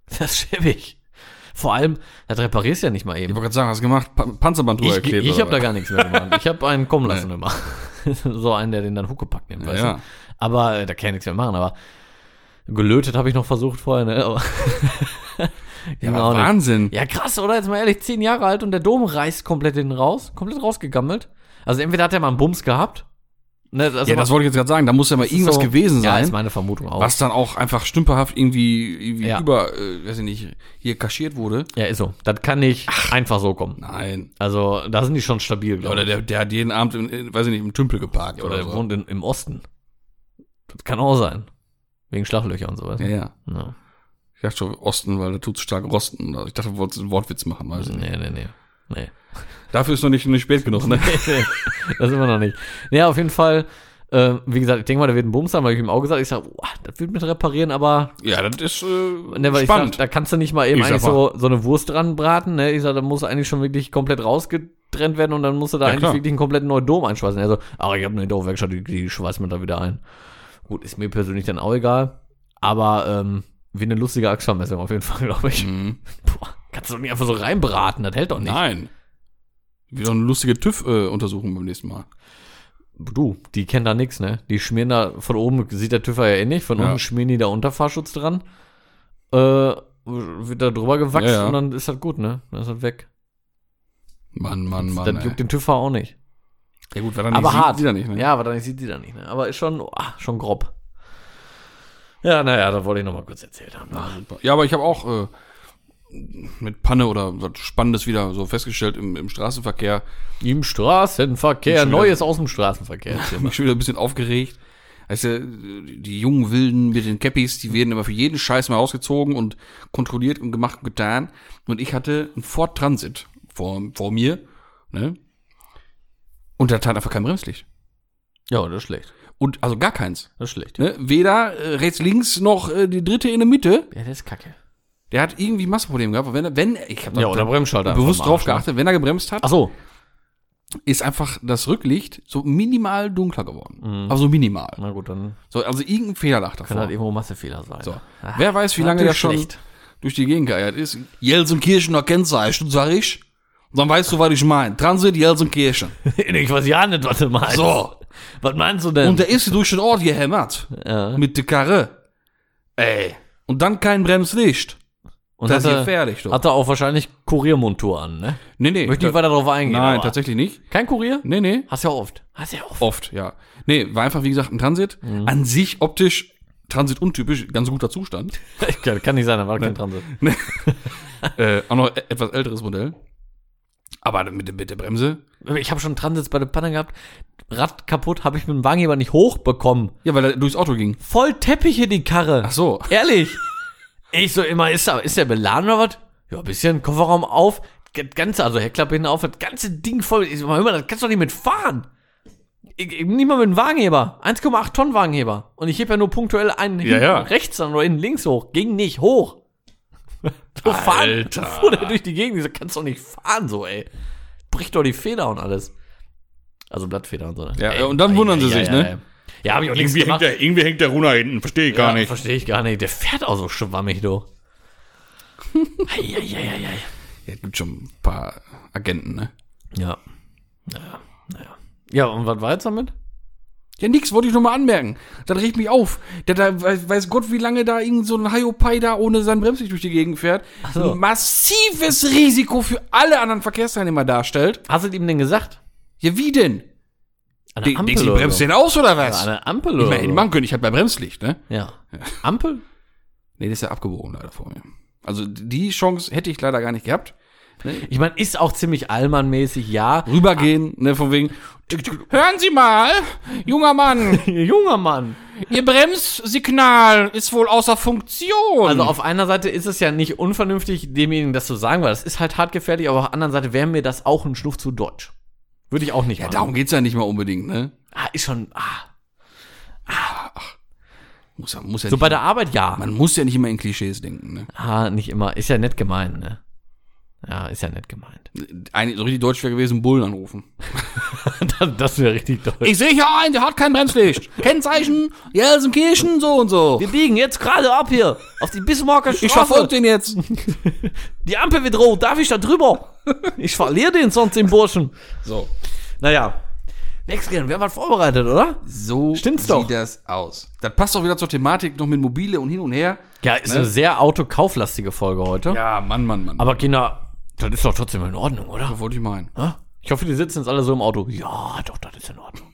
[SPEAKER 2] Das ist schäbig. Vor allem, das reparierst du ja nicht mal
[SPEAKER 1] Ich
[SPEAKER 2] eben.
[SPEAKER 1] wollte gerade sagen, hast du gemacht? Pa Panzerband
[SPEAKER 2] Ich, ich,
[SPEAKER 1] drübergeklebt oder
[SPEAKER 2] habe da
[SPEAKER 1] was?
[SPEAKER 2] gar nichts mehr gemacht. Ich habe einen kommen lassen immer. so einen, der den dann Huckepack nimmt, weißt
[SPEAKER 1] Ja,
[SPEAKER 2] du?
[SPEAKER 1] ja.
[SPEAKER 2] Aber äh, da kann ich nichts mehr machen. Aber gelötet habe ich noch versucht vorher. Ne? Aber
[SPEAKER 1] Ja,
[SPEAKER 2] Ging
[SPEAKER 1] aber
[SPEAKER 2] auch nicht.
[SPEAKER 1] Wahnsinn.
[SPEAKER 2] Ja, krass, oder? Jetzt mal ehrlich, zehn Jahre alt und der Dom reißt komplett hinten raus, komplett rausgegammelt. Also entweder hat er mal einen Bums gehabt. Ne, also
[SPEAKER 1] Ja, das wollte ich jetzt gerade sagen. Da muss ja mal irgendwas
[SPEAKER 2] so-
[SPEAKER 1] gewesen
[SPEAKER 2] Ja,
[SPEAKER 1] sein,
[SPEAKER 2] ist meine Vermutung auch.
[SPEAKER 1] was dann auch einfach stümperhaft irgendwie, irgendwie
[SPEAKER 2] Ja.
[SPEAKER 1] über, äh, weiß ich nicht, hier kaschiert wurde.
[SPEAKER 2] Ja, ist so. Das kann nicht einfach so kommen.
[SPEAKER 1] Nein.
[SPEAKER 2] Also da sind die schon stabil, glaube
[SPEAKER 1] Oder
[SPEAKER 2] ich.
[SPEAKER 1] der, der hat jeden Abend, in, in, weiß ich nicht, im Tümpel geparkt
[SPEAKER 2] Oder
[SPEAKER 1] oder,
[SPEAKER 2] der
[SPEAKER 1] so.
[SPEAKER 2] wohnt in, im Osten. Das kann auch sein. Wegen Schlaglöcher und sowas.
[SPEAKER 1] Ja, ja.
[SPEAKER 2] Ja.
[SPEAKER 1] Ich dachte schon Osten, weil der tut zu stark rosten. Also Ich dachte, du wolltest einen Wortwitz machen, weiß ich nicht.
[SPEAKER 2] Nee, nee, nee. Nee.
[SPEAKER 1] Dafür ist noch nicht, noch nicht spät genug, ne?
[SPEAKER 2] das immer noch nicht. Naja, auf jeden Fall, äh, wie gesagt, ich denke mal, der wird ein Bums haben, weil ich ihm auch gesagt ich sage, das wird mit reparieren, aber
[SPEAKER 1] Ja, das ist äh,
[SPEAKER 2] Ne, weil
[SPEAKER 1] spannend.
[SPEAKER 2] Ich sag, da kannst du nicht mal eben
[SPEAKER 1] Ich sag
[SPEAKER 2] eigentlich so, so eine Wurst dran braten. Ne? Ich sag, da muss eigentlich schon wirklich komplett rausgetrennt werden und dann musst du da
[SPEAKER 1] Ja,
[SPEAKER 2] eigentlich
[SPEAKER 1] klar.
[SPEAKER 2] wirklich einen kompletten neuen Dom einschweißen. Also, aber ich habe eine Dorfwerkstatt, die, die schweißt man da wieder ein. Gut, ist mir persönlich dann auch egal. Aber ähm, wie eine lustige Achsvermessung auf jeden Fall, glaube ich.
[SPEAKER 1] Mhm.
[SPEAKER 2] Boah, kannst du doch nicht einfach so reinbraten, das hält doch nicht.
[SPEAKER 1] Nein. Wieder eine lustige TÜV-Untersuchung beim nächsten Mal.
[SPEAKER 2] Du, die kennen da nichts, ne? Die schmieren da von oben, sieht der TÜVer ja eh nicht, von
[SPEAKER 1] Ja.
[SPEAKER 2] unten schmieren die da Unterfahrschutz dran. Äh, wird da drüber gewachsen
[SPEAKER 1] Ja, ja.
[SPEAKER 2] und dann ist das gut, ne? Dann ist das weg.
[SPEAKER 1] Mann, Mann, Mann.
[SPEAKER 2] dann
[SPEAKER 1] ey.
[SPEAKER 2] juckt den TÜV auch nicht.
[SPEAKER 1] ja gut, weil dann
[SPEAKER 2] aber
[SPEAKER 1] sieht,
[SPEAKER 2] hart.
[SPEAKER 1] sieht er nicht, ne?
[SPEAKER 2] Ja, aber dann sieht die da nicht. Ne? Aber ist schon, ah, schon grob. Ja, naja, da wollte ich noch mal kurz erzählt haben. ne? Also
[SPEAKER 1] Ja, aber ich habe auch äh, mit Panne oder was Spannendes wieder so festgestellt im, im Straßenverkehr.
[SPEAKER 2] Im Straßenverkehr,
[SPEAKER 1] Schon wieder-
[SPEAKER 2] Neues aus dem Straßenverkehr.
[SPEAKER 1] Ich bin schon wieder ein bisschen aufgeregt. Weißt du, die jungen Wilden mit den Cappies, die werden immer für jeden Scheiß mal rausgezogen und kontrolliert und gemacht und getan. Und ich hatte einen Ford Transit vor, vor mir, ne? Und da tat einfach kein Bremslicht.
[SPEAKER 2] Ja, das ist schlecht.
[SPEAKER 1] Und also gar keins.
[SPEAKER 2] Das ist schlecht.
[SPEAKER 1] Ne? Weder äh, rechts, links noch äh, die dritte in der Mitte.
[SPEAKER 2] Ja, das ist kacke.
[SPEAKER 1] Der hat irgendwie Massenprobleme gehabt. Und Wenn, er- wenn, ich habe
[SPEAKER 2] Ja, oder Bremsschalter.
[SPEAKER 1] bewusst drauf
[SPEAKER 2] ne?
[SPEAKER 1] geachtet, wenn er gebremst hat,
[SPEAKER 2] Ach so.
[SPEAKER 1] ist einfach das Rücklicht so minimal dunkler geworden. Aber so minimal.
[SPEAKER 2] Na gut, dann
[SPEAKER 1] So, also irgendein Fehler lag davor.
[SPEAKER 2] Mhm. kann halt irgendwo Massefehler sein.
[SPEAKER 1] So.
[SPEAKER 2] Ah,
[SPEAKER 1] Wer weiß, wie lange der
[SPEAKER 2] natürlich
[SPEAKER 1] schon
[SPEAKER 2] schlecht.
[SPEAKER 1] durch die Gegend geeiert ist. Jelsenkirchener Kennzeichen, sag ich. Und dann weißt du, was ich meine. Transit Jelsenkirchen.
[SPEAKER 2] ich weiß ja nicht, was du meinst.
[SPEAKER 1] So.
[SPEAKER 2] Was meinst du denn?
[SPEAKER 1] Und der ist durch den Ort gehämmert.
[SPEAKER 2] ja.
[SPEAKER 1] Mit der Karre. Ey. Und dann kein Bremslicht.
[SPEAKER 2] Und
[SPEAKER 1] das
[SPEAKER 2] hat
[SPEAKER 1] ist
[SPEAKER 2] er-
[SPEAKER 1] gefährlich, doch.
[SPEAKER 2] Hat er auch wahrscheinlich Kuriermontur an, ne?
[SPEAKER 1] Nee, nee.
[SPEAKER 2] Möchte nicht
[SPEAKER 1] Da-
[SPEAKER 2] weiter darauf eingehen.
[SPEAKER 1] Nein,
[SPEAKER 2] aber-
[SPEAKER 1] tatsächlich nicht.
[SPEAKER 2] genau. Kein Kurier?
[SPEAKER 1] Nee, nee.
[SPEAKER 2] Hast ja oft. Hast ja oft.
[SPEAKER 1] Oft, ja. Nee, war einfach, wie gesagt, ein Transit.
[SPEAKER 2] Mhm.
[SPEAKER 1] An sich optisch Transit untypisch, ganz guter Zustand.
[SPEAKER 2] kann, kann nicht sein, da war
[SPEAKER 1] Ne.
[SPEAKER 2] kein Transit.
[SPEAKER 1] äh, auch noch e- etwas älteres Modell. Aber mit, der- mit der Bremse.
[SPEAKER 2] Ich habe schon Transits bei der Panne gehabt. Rad kaputt, habe ich mit dem Wagenheber nicht hochbekommen.
[SPEAKER 1] Ja, weil er durchs Auto ging.
[SPEAKER 2] Voll Teppiche die Karre.
[SPEAKER 1] Ach so.
[SPEAKER 2] Ehrlich. Ich so immer, ist, da, ist der beladen oder was? Ja, bisschen Kofferraum auf, das ganze, also Heckklappe hinten auf, das ganze Ding voll. Ich so, hör mal, das kannst du doch nicht mitfahren. Ich, ich, nicht mal mit einem Wagenheber. 1,8 Tonnen Wagenheber. Und ich heb ja nur punktuell einen hinten
[SPEAKER 1] ja.
[SPEAKER 2] rechts dann oder hinten links hoch. Ging nicht hoch. So
[SPEAKER 1] Alter.
[SPEAKER 2] Fahren, fuhr der durch die Gegend. Ich so, kannst doch nicht fahren so, ey. Bricht doch die Feder und alles. Also Blattfeder und so. ne?
[SPEAKER 1] Ja,
[SPEAKER 2] Ey,
[SPEAKER 1] und dann
[SPEAKER 2] ei,
[SPEAKER 1] wundern
[SPEAKER 2] ei,
[SPEAKER 1] sie
[SPEAKER 2] ei,
[SPEAKER 1] sich,
[SPEAKER 2] ei,
[SPEAKER 1] ne?
[SPEAKER 2] ei. Ja, habe ich auch nichts gemacht.
[SPEAKER 1] der, irgendwie hängt der Runa hinten, verstehe ich
[SPEAKER 2] Ja, Verstehe ich gar nicht. Der fährt auch so schwammig, du. Eieieiei.
[SPEAKER 1] Ja, gibt schon ein paar Agenten, ne?
[SPEAKER 2] ja. Naja, naja. Ja, und was war jetzt damit?
[SPEAKER 1] Ja, nix, wollte ich nur mal anmerken. Das regt mich auf. Der da, weiß weiß Gott, wie lange da irgend so ein Haiopai da ohne sein Bremslicht durch die Gegend fährt.
[SPEAKER 2] so.
[SPEAKER 1] Ein massives Risiko für alle anderen Verkehrsteilnehmer darstellt.
[SPEAKER 2] Hast du ihm denn gesagt?
[SPEAKER 1] Ja, wie denn?
[SPEAKER 2] An
[SPEAKER 1] Die, die, die
[SPEAKER 2] oder
[SPEAKER 1] bremst
[SPEAKER 2] so?
[SPEAKER 1] den aus oder
[SPEAKER 2] Ja,
[SPEAKER 1] was?
[SPEAKER 2] An der Ampel
[SPEAKER 1] ich
[SPEAKER 2] oder
[SPEAKER 1] meine, hätte
[SPEAKER 2] so?
[SPEAKER 1] machen können, ich habe bei Bremslicht, ne?
[SPEAKER 2] Ja. Ampel?
[SPEAKER 1] Nee, der ist ja abgebogen leider vor mir. Also die Chance hätte ich leider gar nicht gehabt.
[SPEAKER 2] Ich meine, ist auch ziemlich Allmann-mäßig, ja.
[SPEAKER 1] Rübergehen, ne, von wegen. Hören Sie mal, junger Mann,
[SPEAKER 2] Junger Mann.
[SPEAKER 1] Ihr Bremssignal ist wohl außer Funktion.
[SPEAKER 2] Also auf einer Seite ist es ja nicht unvernünftig, demjenigen das zu sagen, weil das ist halt hart gefährlich, aber auf der anderen Seite wäre mir das auch ein Schnuff zu deutsch. Würde ich auch nicht
[SPEAKER 1] ja,
[SPEAKER 2] machen.
[SPEAKER 1] darum geht's ja nicht mal unbedingt, ne?
[SPEAKER 2] Ah, ist schon. Ah.
[SPEAKER 1] Muss, ja- muss ja
[SPEAKER 2] So
[SPEAKER 1] nicht,
[SPEAKER 2] bei der Arbeit ja.
[SPEAKER 1] man muss ja nicht immer in Klischees denken, ne?
[SPEAKER 2] Ah, nicht immer. Ist ja nett gemeint, ne? Ja, ist ja nett gemeint.
[SPEAKER 1] Ein, so richtig deutsch wäre gewesen, Bullen anrufen.
[SPEAKER 2] das das wäre richtig deutsch.
[SPEAKER 1] Ich sehe hier einen, der hat kein Bremslicht. Kennzeichen, Jelsenkirchen, so und so.
[SPEAKER 2] Wir biegen jetzt gerade ab hier. Auf die Bismarcker Straße.
[SPEAKER 1] Ich verfolge den jetzt.
[SPEAKER 2] Die Ampel wird rot. Darf ich da drüber? Ich verliere den sonst, den Burschen.
[SPEAKER 1] So.
[SPEAKER 2] Naja. Wechseln. Wir haben was vorbereitet, oder?
[SPEAKER 1] So
[SPEAKER 2] Stimmt's
[SPEAKER 1] sieht
[SPEAKER 2] doch.
[SPEAKER 1] das aus. Das passt doch wieder zur Thematik noch mit Mobile und hin und her.
[SPEAKER 2] Ja, ist eine sehr autokauflastige Folge heute.
[SPEAKER 1] Ja, Mann, Mann, Mann.
[SPEAKER 2] Aber Kinder, das ist doch trotzdem in Ordnung, oder?
[SPEAKER 1] das wollte ich meinen.
[SPEAKER 2] Hä? Ich hoffe, die sitzen jetzt alle so im Auto. Ja, doch, das ist in Ordnung.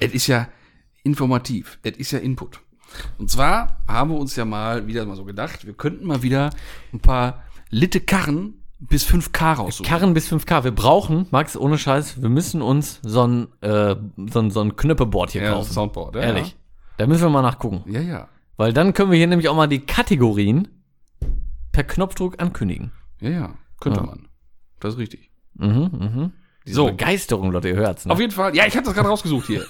[SPEAKER 1] Es ist ja informativ. Es ist ja Input. Und zwar haben wir uns ja mal wieder mal so gedacht, wir könnten mal wieder ein paar litte Karren bis 5K raussuchen.
[SPEAKER 2] Karren bis 5K. Wir brauchen, Max, ohne Scheiß, wir müssen uns so ein, äh, so ein, so ein Knüppeboard hier
[SPEAKER 1] Ja,
[SPEAKER 2] kaufen.
[SPEAKER 1] Soundboard, ja.
[SPEAKER 2] Ehrlich. Da müssen wir mal nachgucken.
[SPEAKER 1] Ja, ja.
[SPEAKER 2] Weil dann können wir hier nämlich auch mal die Kategorien per Knopfdruck ankündigen.
[SPEAKER 1] Ja, ja. Könnte
[SPEAKER 2] Ja.
[SPEAKER 1] man. Das ist richtig.
[SPEAKER 2] Mhm, mhm. Diese
[SPEAKER 1] So.
[SPEAKER 2] Begeisterung, Leute, ihr hört's. Ne?
[SPEAKER 1] Auf jeden Fall, ja, ich habe das gerade rausgesucht hier.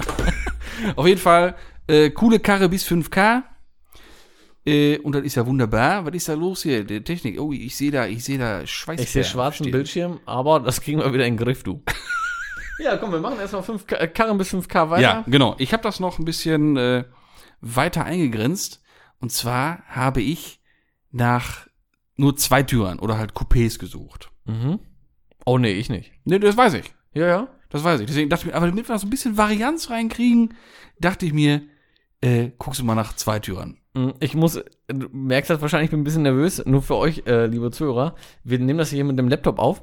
[SPEAKER 1] Auf jeden Fall, äh, coole Karre bis 5K. Äh, und das ist ja wunderbar. Was ist da los hier? Die Technik. Oh, ich sehe da, ich sehe da Schweiß.
[SPEAKER 2] Ich sehe schwarzen
[SPEAKER 1] stehen.
[SPEAKER 2] Bildschirm, aber das kriegen wir wieder in den Griff, du. ja, komm, wir machen erstmal 5 äh, Karren bis 5K weiter.
[SPEAKER 1] Ja, genau. Ich habe das noch ein bisschen äh, weiter eingegrenzt. Und zwar habe ich nach nur zwei Türen oder halt Coupés gesucht.
[SPEAKER 2] Mhm. Oh nee, ich nicht.
[SPEAKER 1] Ne, das weiß ich.
[SPEAKER 2] Ja, ja.
[SPEAKER 1] Das weiß ich. Deswegen dachte ich mir, aber damit wir noch so ein bisschen Varianz reinkriegen, dachte ich mir, äh, guckst du mal nach zwei Türen.
[SPEAKER 2] Mhm, Ich muss, du merkst das wahrscheinlich, ich bin ein bisschen nervös. Nur für euch, äh, liebe Zuhörer. Wir nehmen das hier mit dem Laptop auf.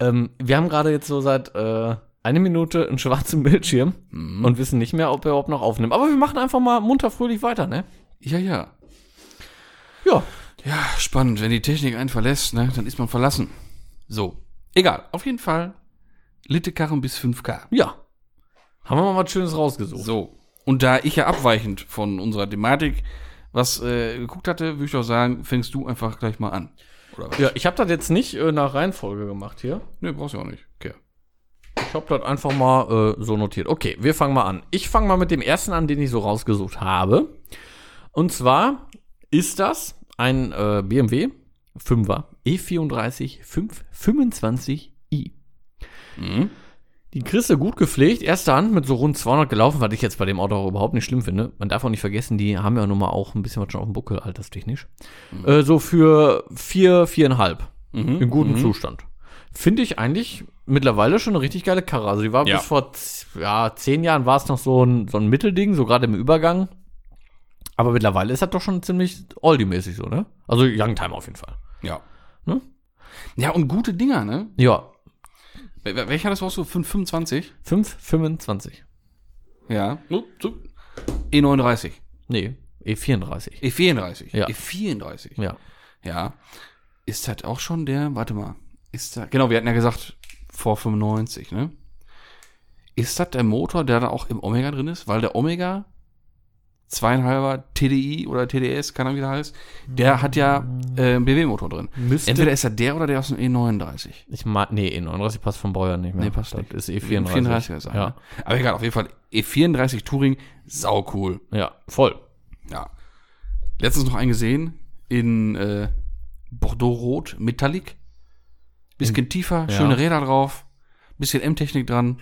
[SPEAKER 2] Ähm, wir haben gerade jetzt so seit äh, eine Minute einen schwarzen Bildschirm
[SPEAKER 1] Mhm.
[SPEAKER 2] und wissen nicht mehr, ob er überhaupt noch aufnimmt. Aber wir machen einfach mal munter fröhlich weiter, ne?
[SPEAKER 1] Ja, ja.
[SPEAKER 2] Ja.
[SPEAKER 1] Ja, spannend. Wenn die Technik einen verlässt, ne, dann ist man verlassen. So. Egal. Auf jeden Fall. Littekarren bis 5K.
[SPEAKER 2] Ja. Haben wir mal was Schönes rausgesucht.
[SPEAKER 1] So. Und da ich ja abweichend von unserer Thematik was äh, geguckt hatte, würde ich auch sagen, fängst du einfach gleich mal an. Oder was?
[SPEAKER 2] Ja, ich habe das jetzt nicht äh, nach Reihenfolge gemacht hier.
[SPEAKER 1] Nee, brauchst du auch nicht. Okay.
[SPEAKER 2] Ich habe das einfach mal äh, so notiert. Okay, wir fangen mal an. Ich fange mal mit dem ersten an, den ich so rausgesucht habe. Und zwar ist das ein äh, BMW 5er E34 525i.
[SPEAKER 1] Mhm.
[SPEAKER 2] Die kriegst du gut gepflegt, erste Hand mit so rund 200 gelaufen, was ich jetzt bei dem Auto auch überhaupt nicht schlimm finde. Man darf auch nicht vergessen, die haben ja nun mal auch ein bisschen was schon auf dem Buckel, alterstechnisch. Äh, so für vier, viereinhalb.
[SPEAKER 1] Mhm.
[SPEAKER 2] In gutem
[SPEAKER 1] Mhm.
[SPEAKER 2] Zustand. Finde ich eigentlich mittlerweile schon eine richtig geile Karre. Also die war
[SPEAKER 1] Ja.
[SPEAKER 2] bis vor z- ja, zehn Jahren war es noch so ein, so ein Mittelding, so gerade im Übergang. Aber mittlerweile ist das doch schon ziemlich Oldie-mäßig so, ne? Also Youngtimer auf jeden Fall.
[SPEAKER 1] Ja.
[SPEAKER 2] Ne?
[SPEAKER 1] Ja, und gute Dinger, ne?
[SPEAKER 2] Ja,
[SPEAKER 1] Wel- wel- Welcher das brauchst du? 525?
[SPEAKER 2] 5,25.
[SPEAKER 1] Ja. E E39.
[SPEAKER 2] Nee, E34.
[SPEAKER 1] E E34.
[SPEAKER 2] Ja.
[SPEAKER 1] E34.
[SPEAKER 2] Ja.
[SPEAKER 1] Ja. Ist das auch schon der, warte mal, ist das, genau, wir hatten ja gesagt, vor 95, ne? Ist das der Motor, der da auch im Omega drin ist? Weil der Omega, zweieinhalber TDI oder TDS, keine Ahnung wie der heißt, der hat ja äh, einen BMW-Motor drin.
[SPEAKER 2] Müsste.
[SPEAKER 1] Entweder ist er der oder der aus dem E E39.
[SPEAKER 2] Ich mag, nee, E39 passt vom Baujahr nicht mehr.
[SPEAKER 1] Nee, passt
[SPEAKER 2] das
[SPEAKER 1] nicht. E
[SPEAKER 2] ist E34.
[SPEAKER 1] ist er,
[SPEAKER 2] E ja.
[SPEAKER 1] ne? Aber egal, auf jeden Fall E34 Touring, sau cool.
[SPEAKER 2] ja, voll.
[SPEAKER 1] Ja. Letztens noch einen gesehen in äh, Bordeaux-Rot, Metallic. Bisschen tiefer,
[SPEAKER 2] ja.
[SPEAKER 1] schöne Räder drauf, bisschen M-Technik dran.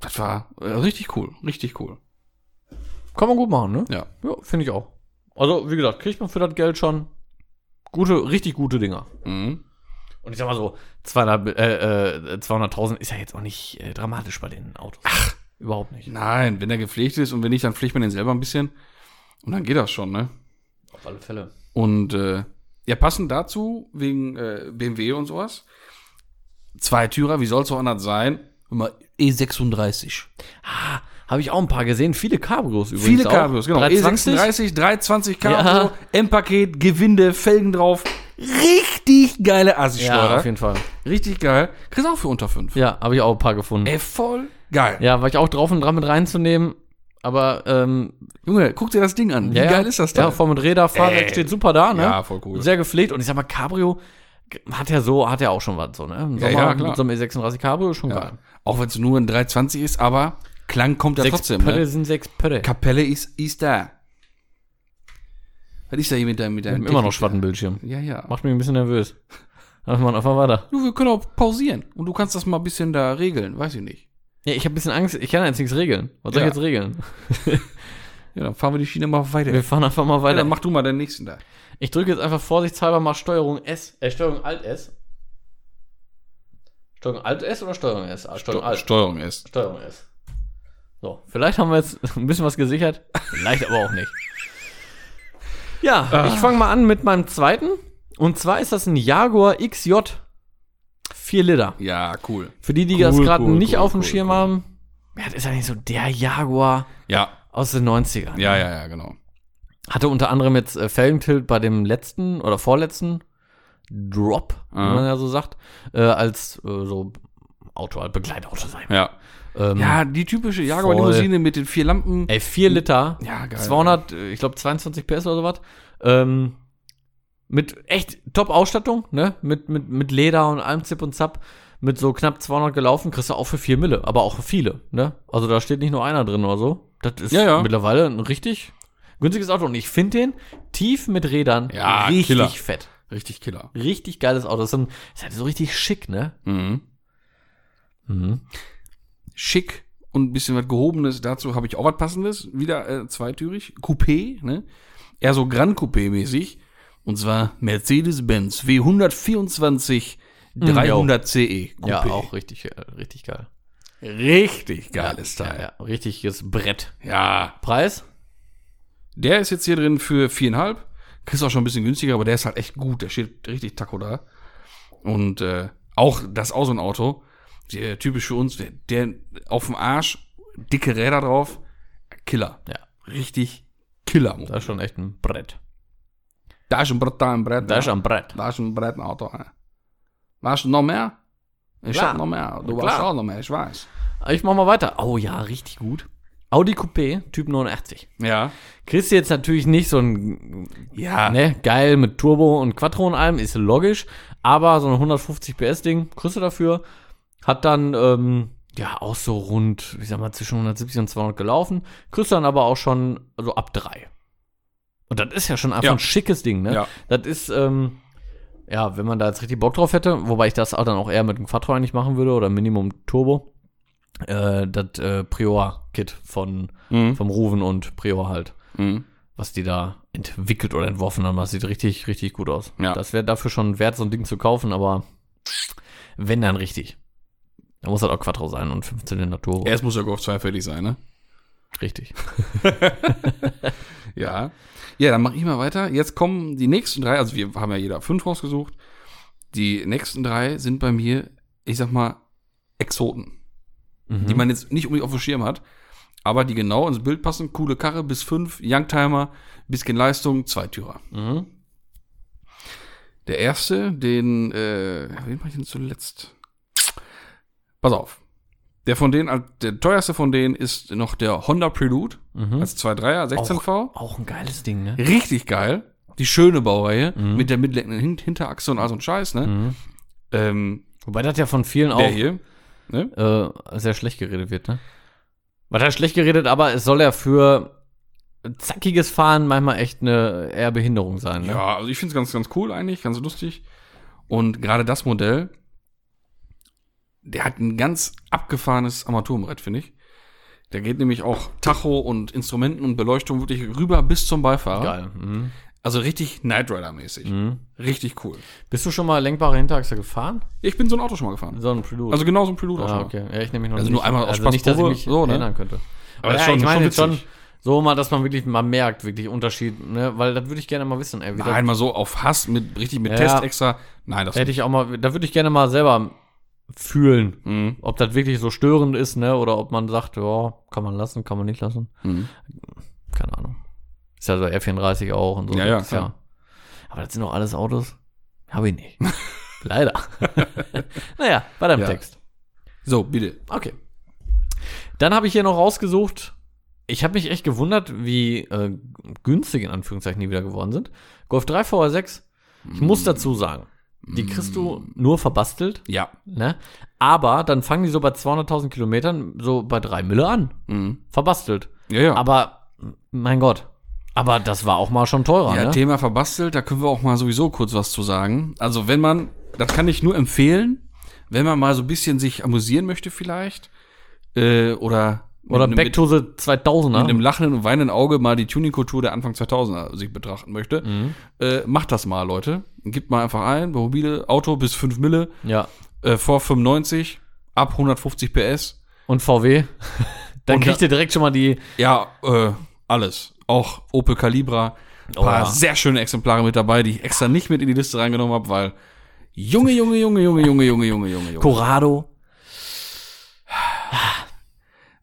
[SPEAKER 1] Das war äh, richtig cool, richtig cool.
[SPEAKER 2] Kann man gut machen, ne?
[SPEAKER 1] Ja.
[SPEAKER 2] Ja, finde ich auch. Also, wie gesagt, kriegt man für das Geld schon gute, richtig gute Dinger.
[SPEAKER 1] Mhm.
[SPEAKER 2] Und ich sag mal so, 200, äh, äh, 200.000 ist ja jetzt auch nicht äh, dramatisch bei den Autos. Ach. Überhaupt nicht.
[SPEAKER 1] Nein, wenn der gepflegt ist und wenn nicht, dann pflegt man den selber ein bisschen. Und dann geht das schon, ne?
[SPEAKER 2] Auf alle Fälle.
[SPEAKER 1] Und äh, ja, passend dazu, wegen äh, BMW und sowas, Zweitürer, wie soll es auch anders sein? Immer E E36.
[SPEAKER 2] Ah, habe ich auch ein paar gesehen. Viele Cabrios übrigens.
[SPEAKER 1] Viele
[SPEAKER 2] auch.
[SPEAKER 1] Cabrios, genau.
[SPEAKER 2] 320.
[SPEAKER 1] E36, 320 Cabrio,
[SPEAKER 2] Ja.
[SPEAKER 1] M-Paket, Gewinde, Felgen drauf. Richtig geile
[SPEAKER 2] Ja, auf
[SPEAKER 1] Assi-Schleuder.
[SPEAKER 2] jeden Fall.
[SPEAKER 1] Richtig geil. Kriegst auch für unter 5.
[SPEAKER 2] Ja, habe ich auch ein paar gefunden.
[SPEAKER 1] Ey, voll geil.
[SPEAKER 2] Ja, war ich auch drauf und dran mit reinzunehmen. Aber, ähm,
[SPEAKER 1] Junge, guck dir das Ding an. Wie
[SPEAKER 2] ja, ja.
[SPEAKER 1] geil ist das denn?
[SPEAKER 2] Ja, voll mit Räder, Fahrwerk
[SPEAKER 1] Ey.
[SPEAKER 2] steht super da, ne?
[SPEAKER 1] Ja, voll cool.
[SPEAKER 2] Sehr gepflegt. Und ich sag mal, Cabrio g- hat ja so, hat ja auch schon was, so, ne? Im
[SPEAKER 1] Ja,
[SPEAKER 2] Sommer
[SPEAKER 1] ja, klar.
[SPEAKER 2] Mit so einem E36 Cabrio ist schon
[SPEAKER 1] Ja.
[SPEAKER 2] geil.
[SPEAKER 1] Auch wenn es nur ein 320 ist, aber Klang kommt ja
[SPEAKER 2] Sechs
[SPEAKER 1] trotzdem.
[SPEAKER 2] Pötte
[SPEAKER 1] Ne?
[SPEAKER 2] sind sechs Pötte.
[SPEAKER 1] Kapelle ist, ist da. Was ist da hier mit deinem mit
[SPEAKER 2] Wir
[SPEAKER 1] deinem
[SPEAKER 2] haben immer noch
[SPEAKER 1] Technik-
[SPEAKER 2] schwatten Bildschirm.
[SPEAKER 1] Ja, ja.
[SPEAKER 2] Macht mich ein bisschen nervös. Aber wir machen einfach weiter.
[SPEAKER 1] Du, wir können auch pausieren. Und du kannst das mal ein bisschen da regeln. Weiß ich nicht.
[SPEAKER 2] Ja, ich habe ein bisschen Angst. Ich kann jetzt nichts regeln. Was soll
[SPEAKER 1] Ja.
[SPEAKER 2] ich jetzt regeln?
[SPEAKER 1] Ja, dann fahren wir die Schiene mal weiter.
[SPEAKER 2] Wir fahren einfach mal
[SPEAKER 1] ja,
[SPEAKER 2] weiter.
[SPEAKER 1] dann mach du mal den nächsten da.
[SPEAKER 2] Ich drücke jetzt einfach vorsichtshalber mal Steuerung S, äh, Steuerung Alt S. Steuerung Alt S oder Steuerung S? Ah, Steuerung Alt.
[SPEAKER 1] Steuerung ist.
[SPEAKER 2] Steuerung S. So, vielleicht haben wir jetzt ein bisschen was gesichert, vielleicht aber auch nicht. Ja,
[SPEAKER 1] Ah.
[SPEAKER 2] ich fange mal an mit meinem zweiten. Und zwar ist das ein Jaguar XJ 4 Liter.
[SPEAKER 1] Ja, cool.
[SPEAKER 2] Für die, die
[SPEAKER 1] Cool,
[SPEAKER 2] das gerade
[SPEAKER 1] cool,
[SPEAKER 2] nicht
[SPEAKER 1] cool,
[SPEAKER 2] auf dem
[SPEAKER 1] cool,
[SPEAKER 2] Schirm
[SPEAKER 1] cool.
[SPEAKER 2] haben, ja, das ist eigentlich so der Jaguar
[SPEAKER 1] Ja,
[SPEAKER 2] aus den 90ern.
[SPEAKER 1] ja, ja, ja, genau.
[SPEAKER 2] Hatte unter anderem jetzt äh, Felgentilt bei dem letzten oder vorletzten Drop, wie
[SPEAKER 1] Ah.
[SPEAKER 2] man ja so sagt, äh, als äh, so Auto, als Begleitauto sein.
[SPEAKER 1] Ja.
[SPEAKER 2] Ähm,
[SPEAKER 1] Ja, die typische Jaguar-Limousine mit den vier Lampen.
[SPEAKER 2] Ey, 4 Liter,
[SPEAKER 1] Ja, geil.
[SPEAKER 2] 200, äh, ich glaube 22 PS oder sowas. Ähm, mit echt Top-Ausstattung, ne? Mit, mit, mit Leder und allem Zip und Zap. Mit so knapp 200 gelaufen, kriegst du auch für 4 Mille, aber auch für viele, ne? Also da steht nicht nur einer drin oder so. Das ist
[SPEAKER 1] Ja, ja.
[SPEAKER 2] mittlerweile ein richtig günstiges Auto. Und ich finde den tief mit Rädern
[SPEAKER 1] Ja,
[SPEAKER 2] richtig
[SPEAKER 1] Killer.
[SPEAKER 2] fett.
[SPEAKER 1] Richtig Killer.
[SPEAKER 2] Richtig geiles Auto. Ist, ein, ist halt so richtig schick, ne?
[SPEAKER 1] Mhm.
[SPEAKER 2] Mhm.
[SPEAKER 1] Schick und ein bisschen was Gehobenes. Dazu habe ich auch was Passendes. Wieder äh, zweitürig. Coupé, ne? Eher so Grand Coupé-mäßig. Und zwar Mercedes-Benz W124 300 CE. E. Coupé.
[SPEAKER 2] Ja, auch richtig, äh, richtig geil.
[SPEAKER 1] Richtig geiles
[SPEAKER 2] ja,
[SPEAKER 1] Teil.
[SPEAKER 2] ja, richtiges Brett.
[SPEAKER 1] ja.
[SPEAKER 2] Preis?
[SPEAKER 1] Der ist jetzt hier drin für viereinhalb. Kriegst auch schon ein bisschen günstiger, aber der ist halt echt gut. Der steht richtig Taco da. Und äh, auch das auch so ein Auto. Der, typisch für uns, der, der auf dem Arsch, dicke Räder drauf. Killer.
[SPEAKER 2] Ja.
[SPEAKER 1] Richtig Killer.
[SPEAKER 2] Das ist schon echt ein Brett.
[SPEAKER 1] Da ist ein Brett, da ein Brett.
[SPEAKER 2] Da
[SPEAKER 1] ja.
[SPEAKER 2] ist am Brett.
[SPEAKER 1] da ist ein Brett, ein Auto. Ja. Weißt du noch mehr? Ich
[SPEAKER 2] Klar.
[SPEAKER 1] hab noch mehr. Du
[SPEAKER 2] Klar.
[SPEAKER 1] weißt auch noch mehr, ich weiß.
[SPEAKER 2] Ich mach mal weiter. Oh ja, richtig gut. Audi Coupé, Typ 89.
[SPEAKER 1] Ja.
[SPEAKER 2] Kriegst du jetzt natürlich nicht so ein,
[SPEAKER 1] Ja.
[SPEAKER 2] ne, geil mit Turbo und Quattro und allem, ist logisch. Aber so ein 150 PS Ding, kriegst du dafür. Hat dann, ähm, ja, auch so rund, ich sag mal, zwischen 170 und 200 gelaufen. Kriegst du dann aber auch schon, also ab drei. Und das ist ja schon einfach
[SPEAKER 1] Ja.
[SPEAKER 2] ein schickes Ding, ne?
[SPEAKER 1] Ja.
[SPEAKER 2] Das ist, ähm, ja, wenn man da jetzt richtig Bock drauf hätte, wobei ich das auch dann auch eher mit einem Quattro eigentlich machen würde oder Minimum Turbo, äh, das äh, Prior-Kit von,
[SPEAKER 1] Mhm.
[SPEAKER 2] vom Ruven und Prior halt,
[SPEAKER 1] Mhm.
[SPEAKER 2] was die da entwickelt oder entworfen haben, das sieht richtig, richtig gut aus.
[SPEAKER 1] Ja.
[SPEAKER 2] Das wäre dafür schon wert, so ein Ding zu kaufen, aber wenn dann richtig. Da muss halt auch Quattro sein und 15 Turbo.
[SPEAKER 1] Erst muss der Golf 2 fertig sein, ne?
[SPEAKER 2] Richtig.
[SPEAKER 1] Ja. Ja, dann mache ich mal weiter. Jetzt kommen die nächsten drei, also wir haben ja jeder fünf rausgesucht. Die nächsten drei sind bei mir, ich sag mal, Exoten,
[SPEAKER 2] Mhm.
[SPEAKER 1] die man jetzt nicht unbedingt auf dem Schirm hat, aber die genau ins Bild passen. Coole Karre, bis fünf, Youngtimer, bisschen Leistung, Zweitürer.
[SPEAKER 2] Mhm.
[SPEAKER 1] Der erste, den, äh, wen mach ich denn zuletzt? Pass auf. Der von denen, also der teuerste von denen ist noch der Honda Prelude
[SPEAKER 2] Mhm.
[SPEAKER 1] als 2.3er 16V.
[SPEAKER 2] Auch ein geiles Ding, ne?
[SPEAKER 1] Richtig geil. Die schöne Baureihe
[SPEAKER 2] Mhm.
[SPEAKER 1] mit der mitlenkenden Hin Hinterachse und all so ein Scheiß, ne?
[SPEAKER 2] Mhm.
[SPEAKER 1] Ähm,
[SPEAKER 2] Wobei das ja von vielen auch
[SPEAKER 1] der hier. Ne?
[SPEAKER 2] äh, sehr schlecht geredet wird, ne? Was heißt schlecht geredet, aber es soll ja für zackiges Fahren manchmal echt eine eher Behinderung sein, ne?
[SPEAKER 1] Ja, also ich finde es ganz, ganz cool eigentlich, ganz lustig. Und gerade das Modell, der hat ein ganz abgefahrenes Armaturenbrett, finde ich. Der geht nämlich auch Tacho und Instrumenten und Beleuchtung wirklich rüber bis zum Beifahrer.
[SPEAKER 2] Geil. Mhm.
[SPEAKER 1] Also richtig Knight Rider-mäßig.
[SPEAKER 2] Mhm.
[SPEAKER 1] Richtig cool.
[SPEAKER 2] Bist du schon mal lenkbare Hinterachse gefahren?
[SPEAKER 1] Ich bin so ein Auto schon mal gefahren.
[SPEAKER 2] So ein Prelude.
[SPEAKER 1] Also genau so ein Prelude auch schon
[SPEAKER 2] ah,
[SPEAKER 1] mal.
[SPEAKER 2] okay. Ja, ich nehme mich noch
[SPEAKER 1] Also
[SPEAKER 2] nicht.
[SPEAKER 1] nur einmal aus
[SPEAKER 2] also
[SPEAKER 1] Spaß
[SPEAKER 2] nicht, dass ich
[SPEAKER 1] Probe,
[SPEAKER 2] mich
[SPEAKER 1] so, ne?
[SPEAKER 2] erinnern könnte.
[SPEAKER 1] Aber das ist
[SPEAKER 2] ja,
[SPEAKER 1] schon-
[SPEAKER 2] ich meine
[SPEAKER 1] schon
[SPEAKER 2] jetzt schon
[SPEAKER 1] witzig.
[SPEAKER 2] so mal, dass man wirklich mal merkt, wirklich Unterschied, ne? Weil das würde ich gerne mal wissen, ey. Wie
[SPEAKER 1] Nein, mal so auf Hass, mit, richtig mit
[SPEAKER 2] Ja.
[SPEAKER 1] Test extra. Nein, das
[SPEAKER 2] das, hätte ich auch mal, da würde ich gerne mal selber fühlen,
[SPEAKER 1] Mhm.
[SPEAKER 2] ob das wirklich so störend ist, ne? Oder ob man sagt, ja, kann man lassen, kann man nicht lassen.
[SPEAKER 1] Mhm.
[SPEAKER 2] Keine Ahnung. Ist ja so F34 auch und so.
[SPEAKER 1] Ja, ja,
[SPEAKER 2] Das ist
[SPEAKER 1] klar.
[SPEAKER 2] Aber das sind doch alles Autos. Habe ich nicht. Leider. naja, bei deinem
[SPEAKER 1] Ja.
[SPEAKER 2] Text.
[SPEAKER 1] So, bitte.
[SPEAKER 2] Okay. Dann habe ich hier noch rausgesucht. Ich habe mich echt gewundert, wie äh, günstig in Anführungszeichen die wieder geworden sind. Golf 3 VR6. Ich
[SPEAKER 1] Mm.
[SPEAKER 2] muss dazu sagen, die kriegst du nur verbastelt.
[SPEAKER 1] Ja.
[SPEAKER 2] Ne? Aber dann fangen die so bei 200.000 Kilometern so bei 3 Mille an. Verbastelt.
[SPEAKER 1] Mhm. Ja, ja.
[SPEAKER 2] Aber, mein Gott. Aber das war auch mal schon teurer,
[SPEAKER 1] ja,
[SPEAKER 2] ne?
[SPEAKER 1] Thema verbastelt, da können wir auch mal sowieso kurz was zu sagen. Also, wenn man, das kann ich nur empfehlen, wenn man mal so ein bisschen sich amüsieren möchte, vielleicht, äh, oder,
[SPEAKER 2] Oder
[SPEAKER 1] mit,
[SPEAKER 2] Back
[SPEAKER 1] mit,
[SPEAKER 2] to ne? the 2000er.
[SPEAKER 1] mit einem lachenden und weinenden Auge mal die Tuning-Kultur der Anfang 2000er sich betrachten möchte,
[SPEAKER 2] Mhm.
[SPEAKER 1] äh, macht das mal, Leute. Gebt mal einfach ein, mobile Auto bis 5 Mille,
[SPEAKER 2] ja.
[SPEAKER 1] äh, vor 95, ab 150 PS.
[SPEAKER 2] Und VW. dann
[SPEAKER 1] Und
[SPEAKER 2] kriegt ihr direkt schon mal die.
[SPEAKER 1] Ja, äh, alles. Auch Opel Calibra.
[SPEAKER 2] Oh
[SPEAKER 1] paar
[SPEAKER 2] ja.
[SPEAKER 1] sehr schöne Exemplare mit dabei, die ich extra nicht mit in die Liste reingenommen habe, weil Junge, Junge, Junge, Junge, Junge, Junge, Junge, Junge, Junge.
[SPEAKER 2] Corrado.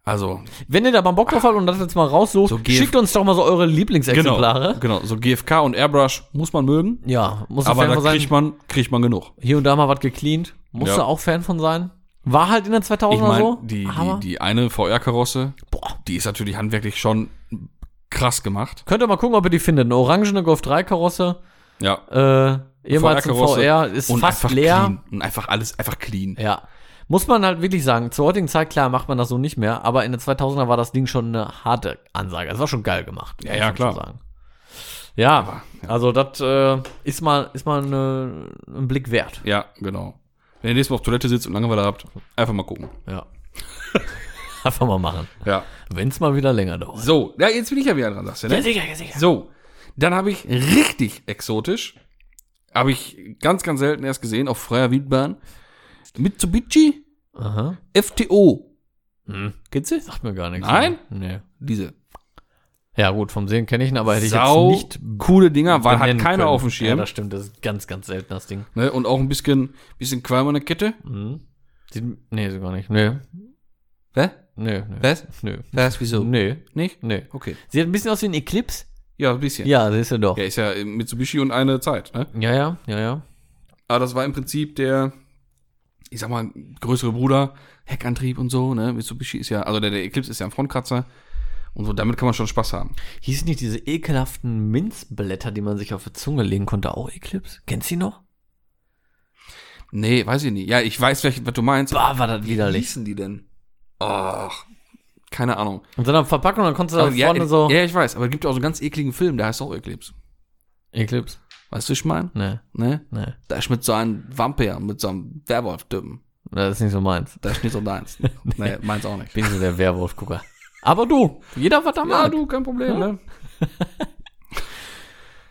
[SPEAKER 1] Also,
[SPEAKER 2] Wenn ihr da mal Bock drauf habt und das jetzt mal raussucht,
[SPEAKER 1] So GF
[SPEAKER 2] schickt uns doch mal so eure Lieblingsexemplare.
[SPEAKER 1] genau, genau. So GFK und Airbrush muss man mögen,
[SPEAKER 2] Ja, muss ein
[SPEAKER 1] aber
[SPEAKER 2] Fan
[SPEAKER 1] da
[SPEAKER 2] von sein.
[SPEAKER 1] kriegt man, kriegt man genug.
[SPEAKER 2] Hier und da mal was gecleant. Musst
[SPEAKER 1] Ja.
[SPEAKER 2] du auch Fan von sein. War halt in der 2000er
[SPEAKER 1] Ich meine,
[SPEAKER 2] so.
[SPEAKER 1] die,
[SPEAKER 2] aber
[SPEAKER 1] die, die eine VR-Karosse,
[SPEAKER 2] Boah.
[SPEAKER 1] die ist natürlich handwerklich schon krass gemacht.
[SPEAKER 2] Könnt ihr mal gucken, ob ihr die findet. Eine orangene Golf 3 Karosse.
[SPEAKER 1] Ja.
[SPEAKER 2] Äh, ehemals ein
[SPEAKER 1] VR-Karosse
[SPEAKER 2] VR. Ist fast
[SPEAKER 1] einfach
[SPEAKER 2] leer.
[SPEAKER 1] clean. Und einfach alles, einfach clean.
[SPEAKER 2] Ja. Muss man halt wirklich sagen, zur heutigen Zeit, klar, macht man das so nicht mehr, aber in den 2000er war das Ding schon eine harte Ansage. Es war schon geil gemacht.
[SPEAKER 1] Ja,
[SPEAKER 2] muss
[SPEAKER 1] ja,
[SPEAKER 2] man
[SPEAKER 1] klar.
[SPEAKER 2] schon Sagen. Ja, also das äh, ist mal, ist mal eine, ein Blick wert.
[SPEAKER 1] Ja, genau. Wenn ihr nächstes Mal auf Toilette sitzt und Langeweile habt, einfach mal gucken.
[SPEAKER 2] Ja. Einfach mal machen.
[SPEAKER 1] Ja.
[SPEAKER 2] Wenn es mal wieder länger dauert.
[SPEAKER 1] So, ja, jetzt bin ich ja wieder dran, sagst du, ne?
[SPEAKER 2] sicher, ja, sicher.
[SPEAKER 1] So, dann habe ich richtig exotisch, habe ich ganz, ganz selten erst gesehen, auf freier Wildbahn, Mitsubishi
[SPEAKER 2] Aha.
[SPEAKER 1] FTO.
[SPEAKER 2] Hm. Geht's dir? Sagt mir gar nichts.
[SPEAKER 1] Nein?
[SPEAKER 2] Nee.
[SPEAKER 1] Diese
[SPEAKER 2] Ja, gut, vom Sehen kenne ich ihn, aber hätte ich
[SPEAKER 1] sau
[SPEAKER 2] jetzt nicht
[SPEAKER 1] coole Dinger, weil hat
[SPEAKER 2] benennen
[SPEAKER 1] keiner
[SPEAKER 2] können.
[SPEAKER 1] auf dem Schirm.
[SPEAKER 2] Ja, das stimmt, das ist ganz, ganz selten, das Ding.
[SPEAKER 1] ne? Und auch ein bisschen, bisschen Qualm an der Kette.
[SPEAKER 2] Hm. Sieht, nee, so gar nicht. Nee,
[SPEAKER 1] Hä?
[SPEAKER 2] nee, nee.
[SPEAKER 1] Was?
[SPEAKER 2] Nö.
[SPEAKER 1] Was? Wieso?
[SPEAKER 2] Nee,
[SPEAKER 1] Nicht?
[SPEAKER 2] nee.
[SPEAKER 1] Okay.
[SPEAKER 2] Sieht ein bisschen aus wie ein Eclipse.
[SPEAKER 1] Ja, ein bisschen.
[SPEAKER 2] Ja, siehst du doch.
[SPEAKER 1] Ja, ist ja äh, Mitsubishi und eine Zeit, ne?
[SPEAKER 2] Ja, ja, ja, ja.
[SPEAKER 1] Aber das war im Prinzip der, ich sag mal, größere Bruder, Heckantrieb und so, ne? Mitsubishi ist ja, also der, der Eclipse ist ja ein Frontkratzer. Und so, damit kann man schon Spaß haben.
[SPEAKER 2] Hießen nicht diese ekelhaften Minzblätter, die man sich auf die Zunge legen konnte, auch Eclipse? Kennst du die noch?
[SPEAKER 1] Nee, weiß ich nicht. Ja, ich weiß, welche- was du meinst.
[SPEAKER 2] Bah, war das
[SPEAKER 1] Wie
[SPEAKER 2] widerlich.
[SPEAKER 1] hießen die denn? Ach, keine Ahnung.
[SPEAKER 2] Und dann am Verpackung, dann konntest du da
[SPEAKER 1] Aber ja,
[SPEAKER 2] vorne so.
[SPEAKER 1] ja, ich weiß, aber es gibt auch so einen ganz ekligen Film, der heißt auch Eclipse.
[SPEAKER 2] Eclipse?
[SPEAKER 1] Weißt du, ich meine?
[SPEAKER 2] Nee,
[SPEAKER 1] Ne?
[SPEAKER 2] nee.
[SPEAKER 1] Da ist mit so einem Vampir, mit so einem Werwolf-Typen.
[SPEAKER 2] Das ist nicht so meins.
[SPEAKER 1] Da ist nicht so deins. nee, meins auch nicht.
[SPEAKER 2] Bin so der Werwolf-Gucker. Aber du, jeder was da
[SPEAKER 1] Ja,
[SPEAKER 2] mag.
[SPEAKER 1] du, kein Problem, ne?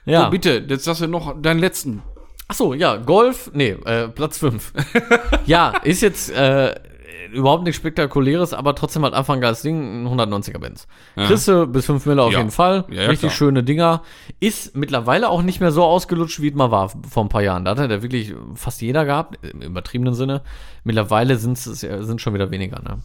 [SPEAKER 2] Ja.
[SPEAKER 1] So, bitte, jetzt sagst du noch deinen letzten.
[SPEAKER 2] Ach so, ja, Golf, nee, äh, Platz 5. ja, ist jetzt äh, überhaupt nichts Spektakuläres, aber trotzdem halt einfach ein geiles Ding, ein 190er Benz.
[SPEAKER 1] Ja.
[SPEAKER 2] Kriegst du bis 5 Mille auf
[SPEAKER 1] Ja.
[SPEAKER 2] jeden Fall,
[SPEAKER 1] Ja, ja,
[SPEAKER 2] richtig
[SPEAKER 1] klar.
[SPEAKER 2] schöne Dinger. Ist mittlerweile auch nicht mehr so ausgelutscht, wie es mal war vor ein paar Jahren. Da hatte der wirklich fast jeder gehabt, im übertriebenen Sinne. Mittlerweile sind es sind schon wieder weniger, ne?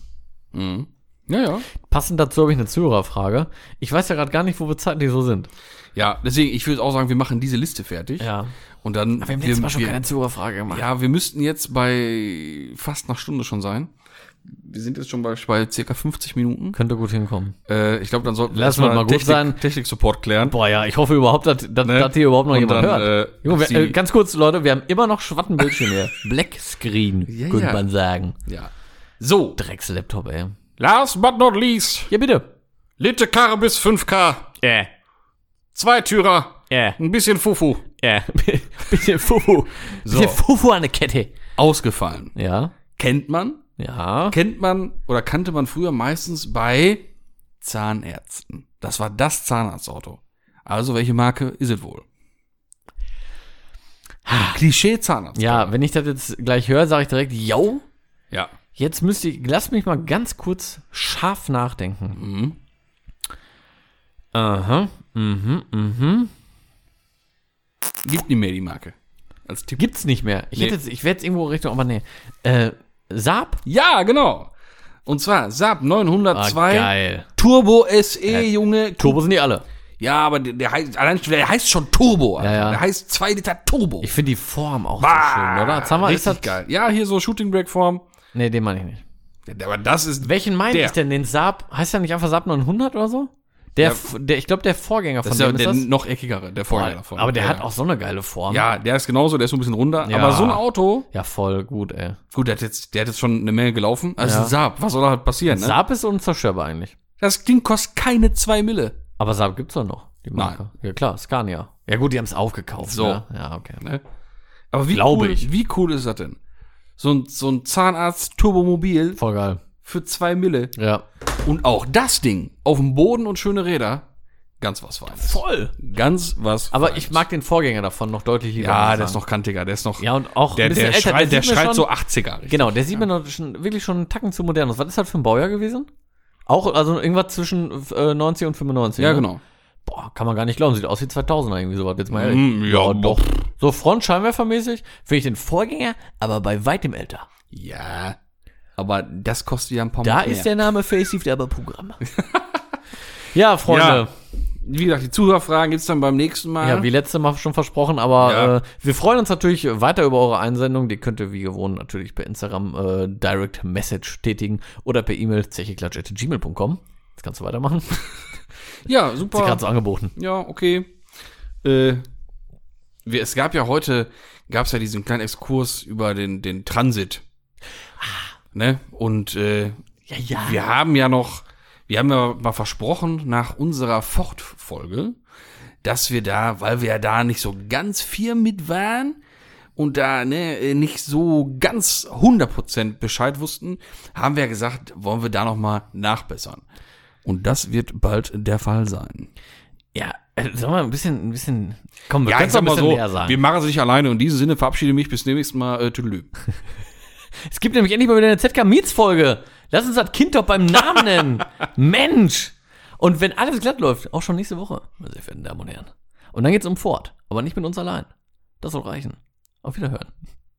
[SPEAKER 1] Mhm. Ja, ja.
[SPEAKER 2] Passend dazu habe ich eine Zuhörerfrage. Ich weiß ja gerade gar nicht, wo wir zeitlich so sind.
[SPEAKER 1] Ja, deswegen, ich würde auch sagen, wir machen diese Liste fertig.
[SPEAKER 2] Ja.
[SPEAKER 1] Und dann.
[SPEAKER 2] Wir haben letztes Mal schon keine Zuhörerfrage gemacht.
[SPEAKER 1] ja, wir müssten jetzt bei fast einer Stunde schon sein. Wir sind jetzt schon bei, bei circa 50 Minuten.
[SPEAKER 2] Könnte gut hinkommen.
[SPEAKER 1] Äh, ich glaube, dann sollten
[SPEAKER 2] Lass
[SPEAKER 1] erst
[SPEAKER 2] mal mal gut
[SPEAKER 1] Technik,
[SPEAKER 2] sein.
[SPEAKER 1] Technik-Support klären.
[SPEAKER 2] Boah, ja, ich hoffe überhaupt, dass, dass,
[SPEAKER 1] Ne?
[SPEAKER 2] dass hier überhaupt noch
[SPEAKER 1] Und
[SPEAKER 2] jemand
[SPEAKER 1] dann,
[SPEAKER 2] hört.
[SPEAKER 1] äh,
[SPEAKER 2] Junge, wir,
[SPEAKER 1] sie-
[SPEAKER 2] äh, ganz kurz, Leute, wir haben immer noch schwatten Bildschirm hier. Black Screen,
[SPEAKER 1] Ja,
[SPEAKER 2] könnte
[SPEAKER 1] ja.
[SPEAKER 2] man sagen.
[SPEAKER 1] Ja. So,
[SPEAKER 2] Dreckslaptop, ey.
[SPEAKER 1] last but not least.
[SPEAKER 2] Ja, bitte.
[SPEAKER 1] Litte Karre bis 5K.
[SPEAKER 2] Äh,
[SPEAKER 1] Zweitürer.
[SPEAKER 2] äh,
[SPEAKER 1] Ein bisschen Fufu.
[SPEAKER 2] äh. Bisschen Fufu.
[SPEAKER 1] So.
[SPEAKER 2] Bisschen Fufu an der Kette.
[SPEAKER 1] Ausgefallen.
[SPEAKER 2] Ja,
[SPEAKER 1] Kennt man?
[SPEAKER 2] ja.
[SPEAKER 1] Kennt man oder kannte man früher meistens bei Zahnärzten. Das war das Zahnarztauto. Also, welche Marke ist es wohl? Klischee-Zahnarzt.
[SPEAKER 2] Ja, wenn ich das jetzt gleich höre, sage ich direkt, yo.
[SPEAKER 1] Ja.
[SPEAKER 2] Jetzt müsste ich, lass mich mal ganz kurz scharf nachdenken.
[SPEAKER 1] Mhm.
[SPEAKER 2] Aha, mhm, mhm.
[SPEAKER 1] Gibt nicht mehr die Marke. Als Tipp.
[SPEAKER 2] Gibt's nicht mehr. Ich
[SPEAKER 1] Nee.
[SPEAKER 2] hätte jetzt, ich werde jetzt irgendwo Richtung, aber nee. Äh, Saab?
[SPEAKER 1] Ja, genau. Und zwar Saab
[SPEAKER 2] Ah,
[SPEAKER 1] 902
[SPEAKER 2] geil.
[SPEAKER 1] Turbo SE, Junge.
[SPEAKER 2] Turbo sind nicht alle.
[SPEAKER 1] Ja, aber der, der heißt, allein schon- der heißt schon Turbo. Alter.
[SPEAKER 2] Ja, ja.
[SPEAKER 1] Der heißt 2 Liter Turbo.
[SPEAKER 2] Ich finde die Form auch
[SPEAKER 1] Bah,
[SPEAKER 2] so schön, oder? Sag mal, ist das,
[SPEAKER 1] geil. Ja, hier so Shooting Break Form.
[SPEAKER 2] Nee, den meine ich nicht.
[SPEAKER 1] Ja, aber das ist
[SPEAKER 2] Welchen meine
[SPEAKER 1] Der.
[SPEAKER 2] ich denn? Den Saab, heißt der nicht einfach Saab 900 oder so? Der,
[SPEAKER 1] Ja.
[SPEAKER 2] F- der ich glaube, der Vorgänger von
[SPEAKER 1] das ist ja
[SPEAKER 2] dem ist
[SPEAKER 1] der
[SPEAKER 2] das.
[SPEAKER 1] noch eckigere, der Vorgänger davon.
[SPEAKER 2] aber der
[SPEAKER 1] ja,
[SPEAKER 2] hat
[SPEAKER 1] ja.
[SPEAKER 2] auch so eine geile Form.
[SPEAKER 1] Mhm. Ja, der ist genauso, der ist so ein bisschen runder.
[SPEAKER 2] Ja.
[SPEAKER 1] Aber so ein Auto,
[SPEAKER 2] Ja, voll gut, ey.
[SPEAKER 1] gut, der hat jetzt, der hat jetzt schon eine Menge gelaufen. Also
[SPEAKER 2] Ja.
[SPEAKER 1] ein Saab, was soll da halt passieren? Ne?
[SPEAKER 2] Saab ist unzerstörbar eigentlich.
[SPEAKER 1] Das Ding kostet keine 2 Mille.
[SPEAKER 2] Aber Saab gibt's doch noch, die Marke. Ja, klar, Scania. Ja, gut, die haben's aufgekauft.
[SPEAKER 1] So.
[SPEAKER 2] Ne? Ja, okay.
[SPEAKER 1] Ne? Aber wie
[SPEAKER 2] Glaube
[SPEAKER 1] cool,
[SPEAKER 2] ich.
[SPEAKER 1] wie cool ist das denn? So ein, so ein Zahnarzt-Turbomobil
[SPEAKER 2] Voll geil.
[SPEAKER 1] für 2 Mille.
[SPEAKER 2] Ja.
[SPEAKER 1] Und auch das Ding auf dem Boden und schöne Räder, ganz was Feines.
[SPEAKER 2] Voll.
[SPEAKER 1] Ganz was
[SPEAKER 2] Aber
[SPEAKER 1] Feines.
[SPEAKER 2] ich mag den Vorgänger davon noch deutlich lieber. muss
[SPEAKER 1] Ja,
[SPEAKER 2] ich
[SPEAKER 1] der ist
[SPEAKER 2] sagen.
[SPEAKER 1] noch kantiger, der ist noch.
[SPEAKER 2] Ja, und auch
[SPEAKER 1] der, der, schreit, der
[SPEAKER 2] sieht mir
[SPEAKER 1] schreit
[SPEAKER 2] schon-
[SPEAKER 1] so 80er. richtig.
[SPEAKER 2] Genau, der sieht mir noch schon, wirklich schon einen Tacken zu modern aus. Was ist das für ein Baujahr gewesen? Auch, also irgendwas zwischen äh, 90 und 95.
[SPEAKER 1] Ja,
[SPEAKER 2] ne?
[SPEAKER 1] genau.
[SPEAKER 2] Boah, kann man gar nicht glauben. Sieht aus wie 2000er irgendwie sowas. Jetzt mal ehrlich.
[SPEAKER 1] Mm, ja,
[SPEAKER 2] doch. So Frontscheinwerfermäßig finde ich den Vorgänger, aber bei weitem älter.
[SPEAKER 1] Ja. Aber das kostet ja ein paar
[SPEAKER 2] Da
[SPEAKER 1] Mark
[SPEAKER 2] ist der Name Facelift aber Programm. ja, Freunde.
[SPEAKER 1] Wie gesagt, die Zuhörerfragen gibt's dann beim nächsten Mal.
[SPEAKER 2] Ja. wie letzte Mal schon versprochen, aber
[SPEAKER 1] Ja.
[SPEAKER 2] äh, wir freuen uns natürlich weiter über eure Einsendung. Die könnt ihr wie gewohnt natürlich per Instagram äh, Direct Message tätigen oder per E-Mail zecheklatsch.gmail.com. Jetzt kannst du weitermachen.
[SPEAKER 1] ja,
[SPEAKER 2] Ist gerade
[SPEAKER 1] super.
[SPEAKER 2] so angeboten.
[SPEAKER 1] Ja, okay. Äh, wir, es gab ja heute, gab's ja diesen kleinen Exkurs über den, den Transit. Ne? Und äh,
[SPEAKER 2] Ja, Ah. ja.
[SPEAKER 1] Wir haben ja noch, wir haben ja mal versprochen nach unserer Ford-Folge, dass wir da, weil wir ja da nicht so ganz viel mit waren und da ne, nicht so ganz 100% Bescheid wussten, haben wir ja gesagt, wollen wir da nochmal nachbessern. Und das wird bald der Fall sein.
[SPEAKER 2] Ja, äh, sagen wir mal ein bisschen, ein bisschen. Komm, wir
[SPEAKER 1] Ja, ich
[SPEAKER 2] können's
[SPEAKER 1] sag mal
[SPEAKER 2] ein bisschen
[SPEAKER 1] so,
[SPEAKER 2] mehr sagen.
[SPEAKER 1] wir machen es nicht alleine. Und in diesem Sinne verabschiede mich bis zum nächsten Mal. Äh, tüdelü.
[SPEAKER 2] es gibt nämlich endlich mal wieder eine ZK Meets Folge. Lass uns das Kind doch beim Namen nennen. Mensch. Und wenn alles glatt läuft, auch schon nächste Woche, meine sehr verehrten Damen und Herren. Und dann geht's um Ford, aber nicht mit uns allein. Das soll reichen. Auf Wiederhören.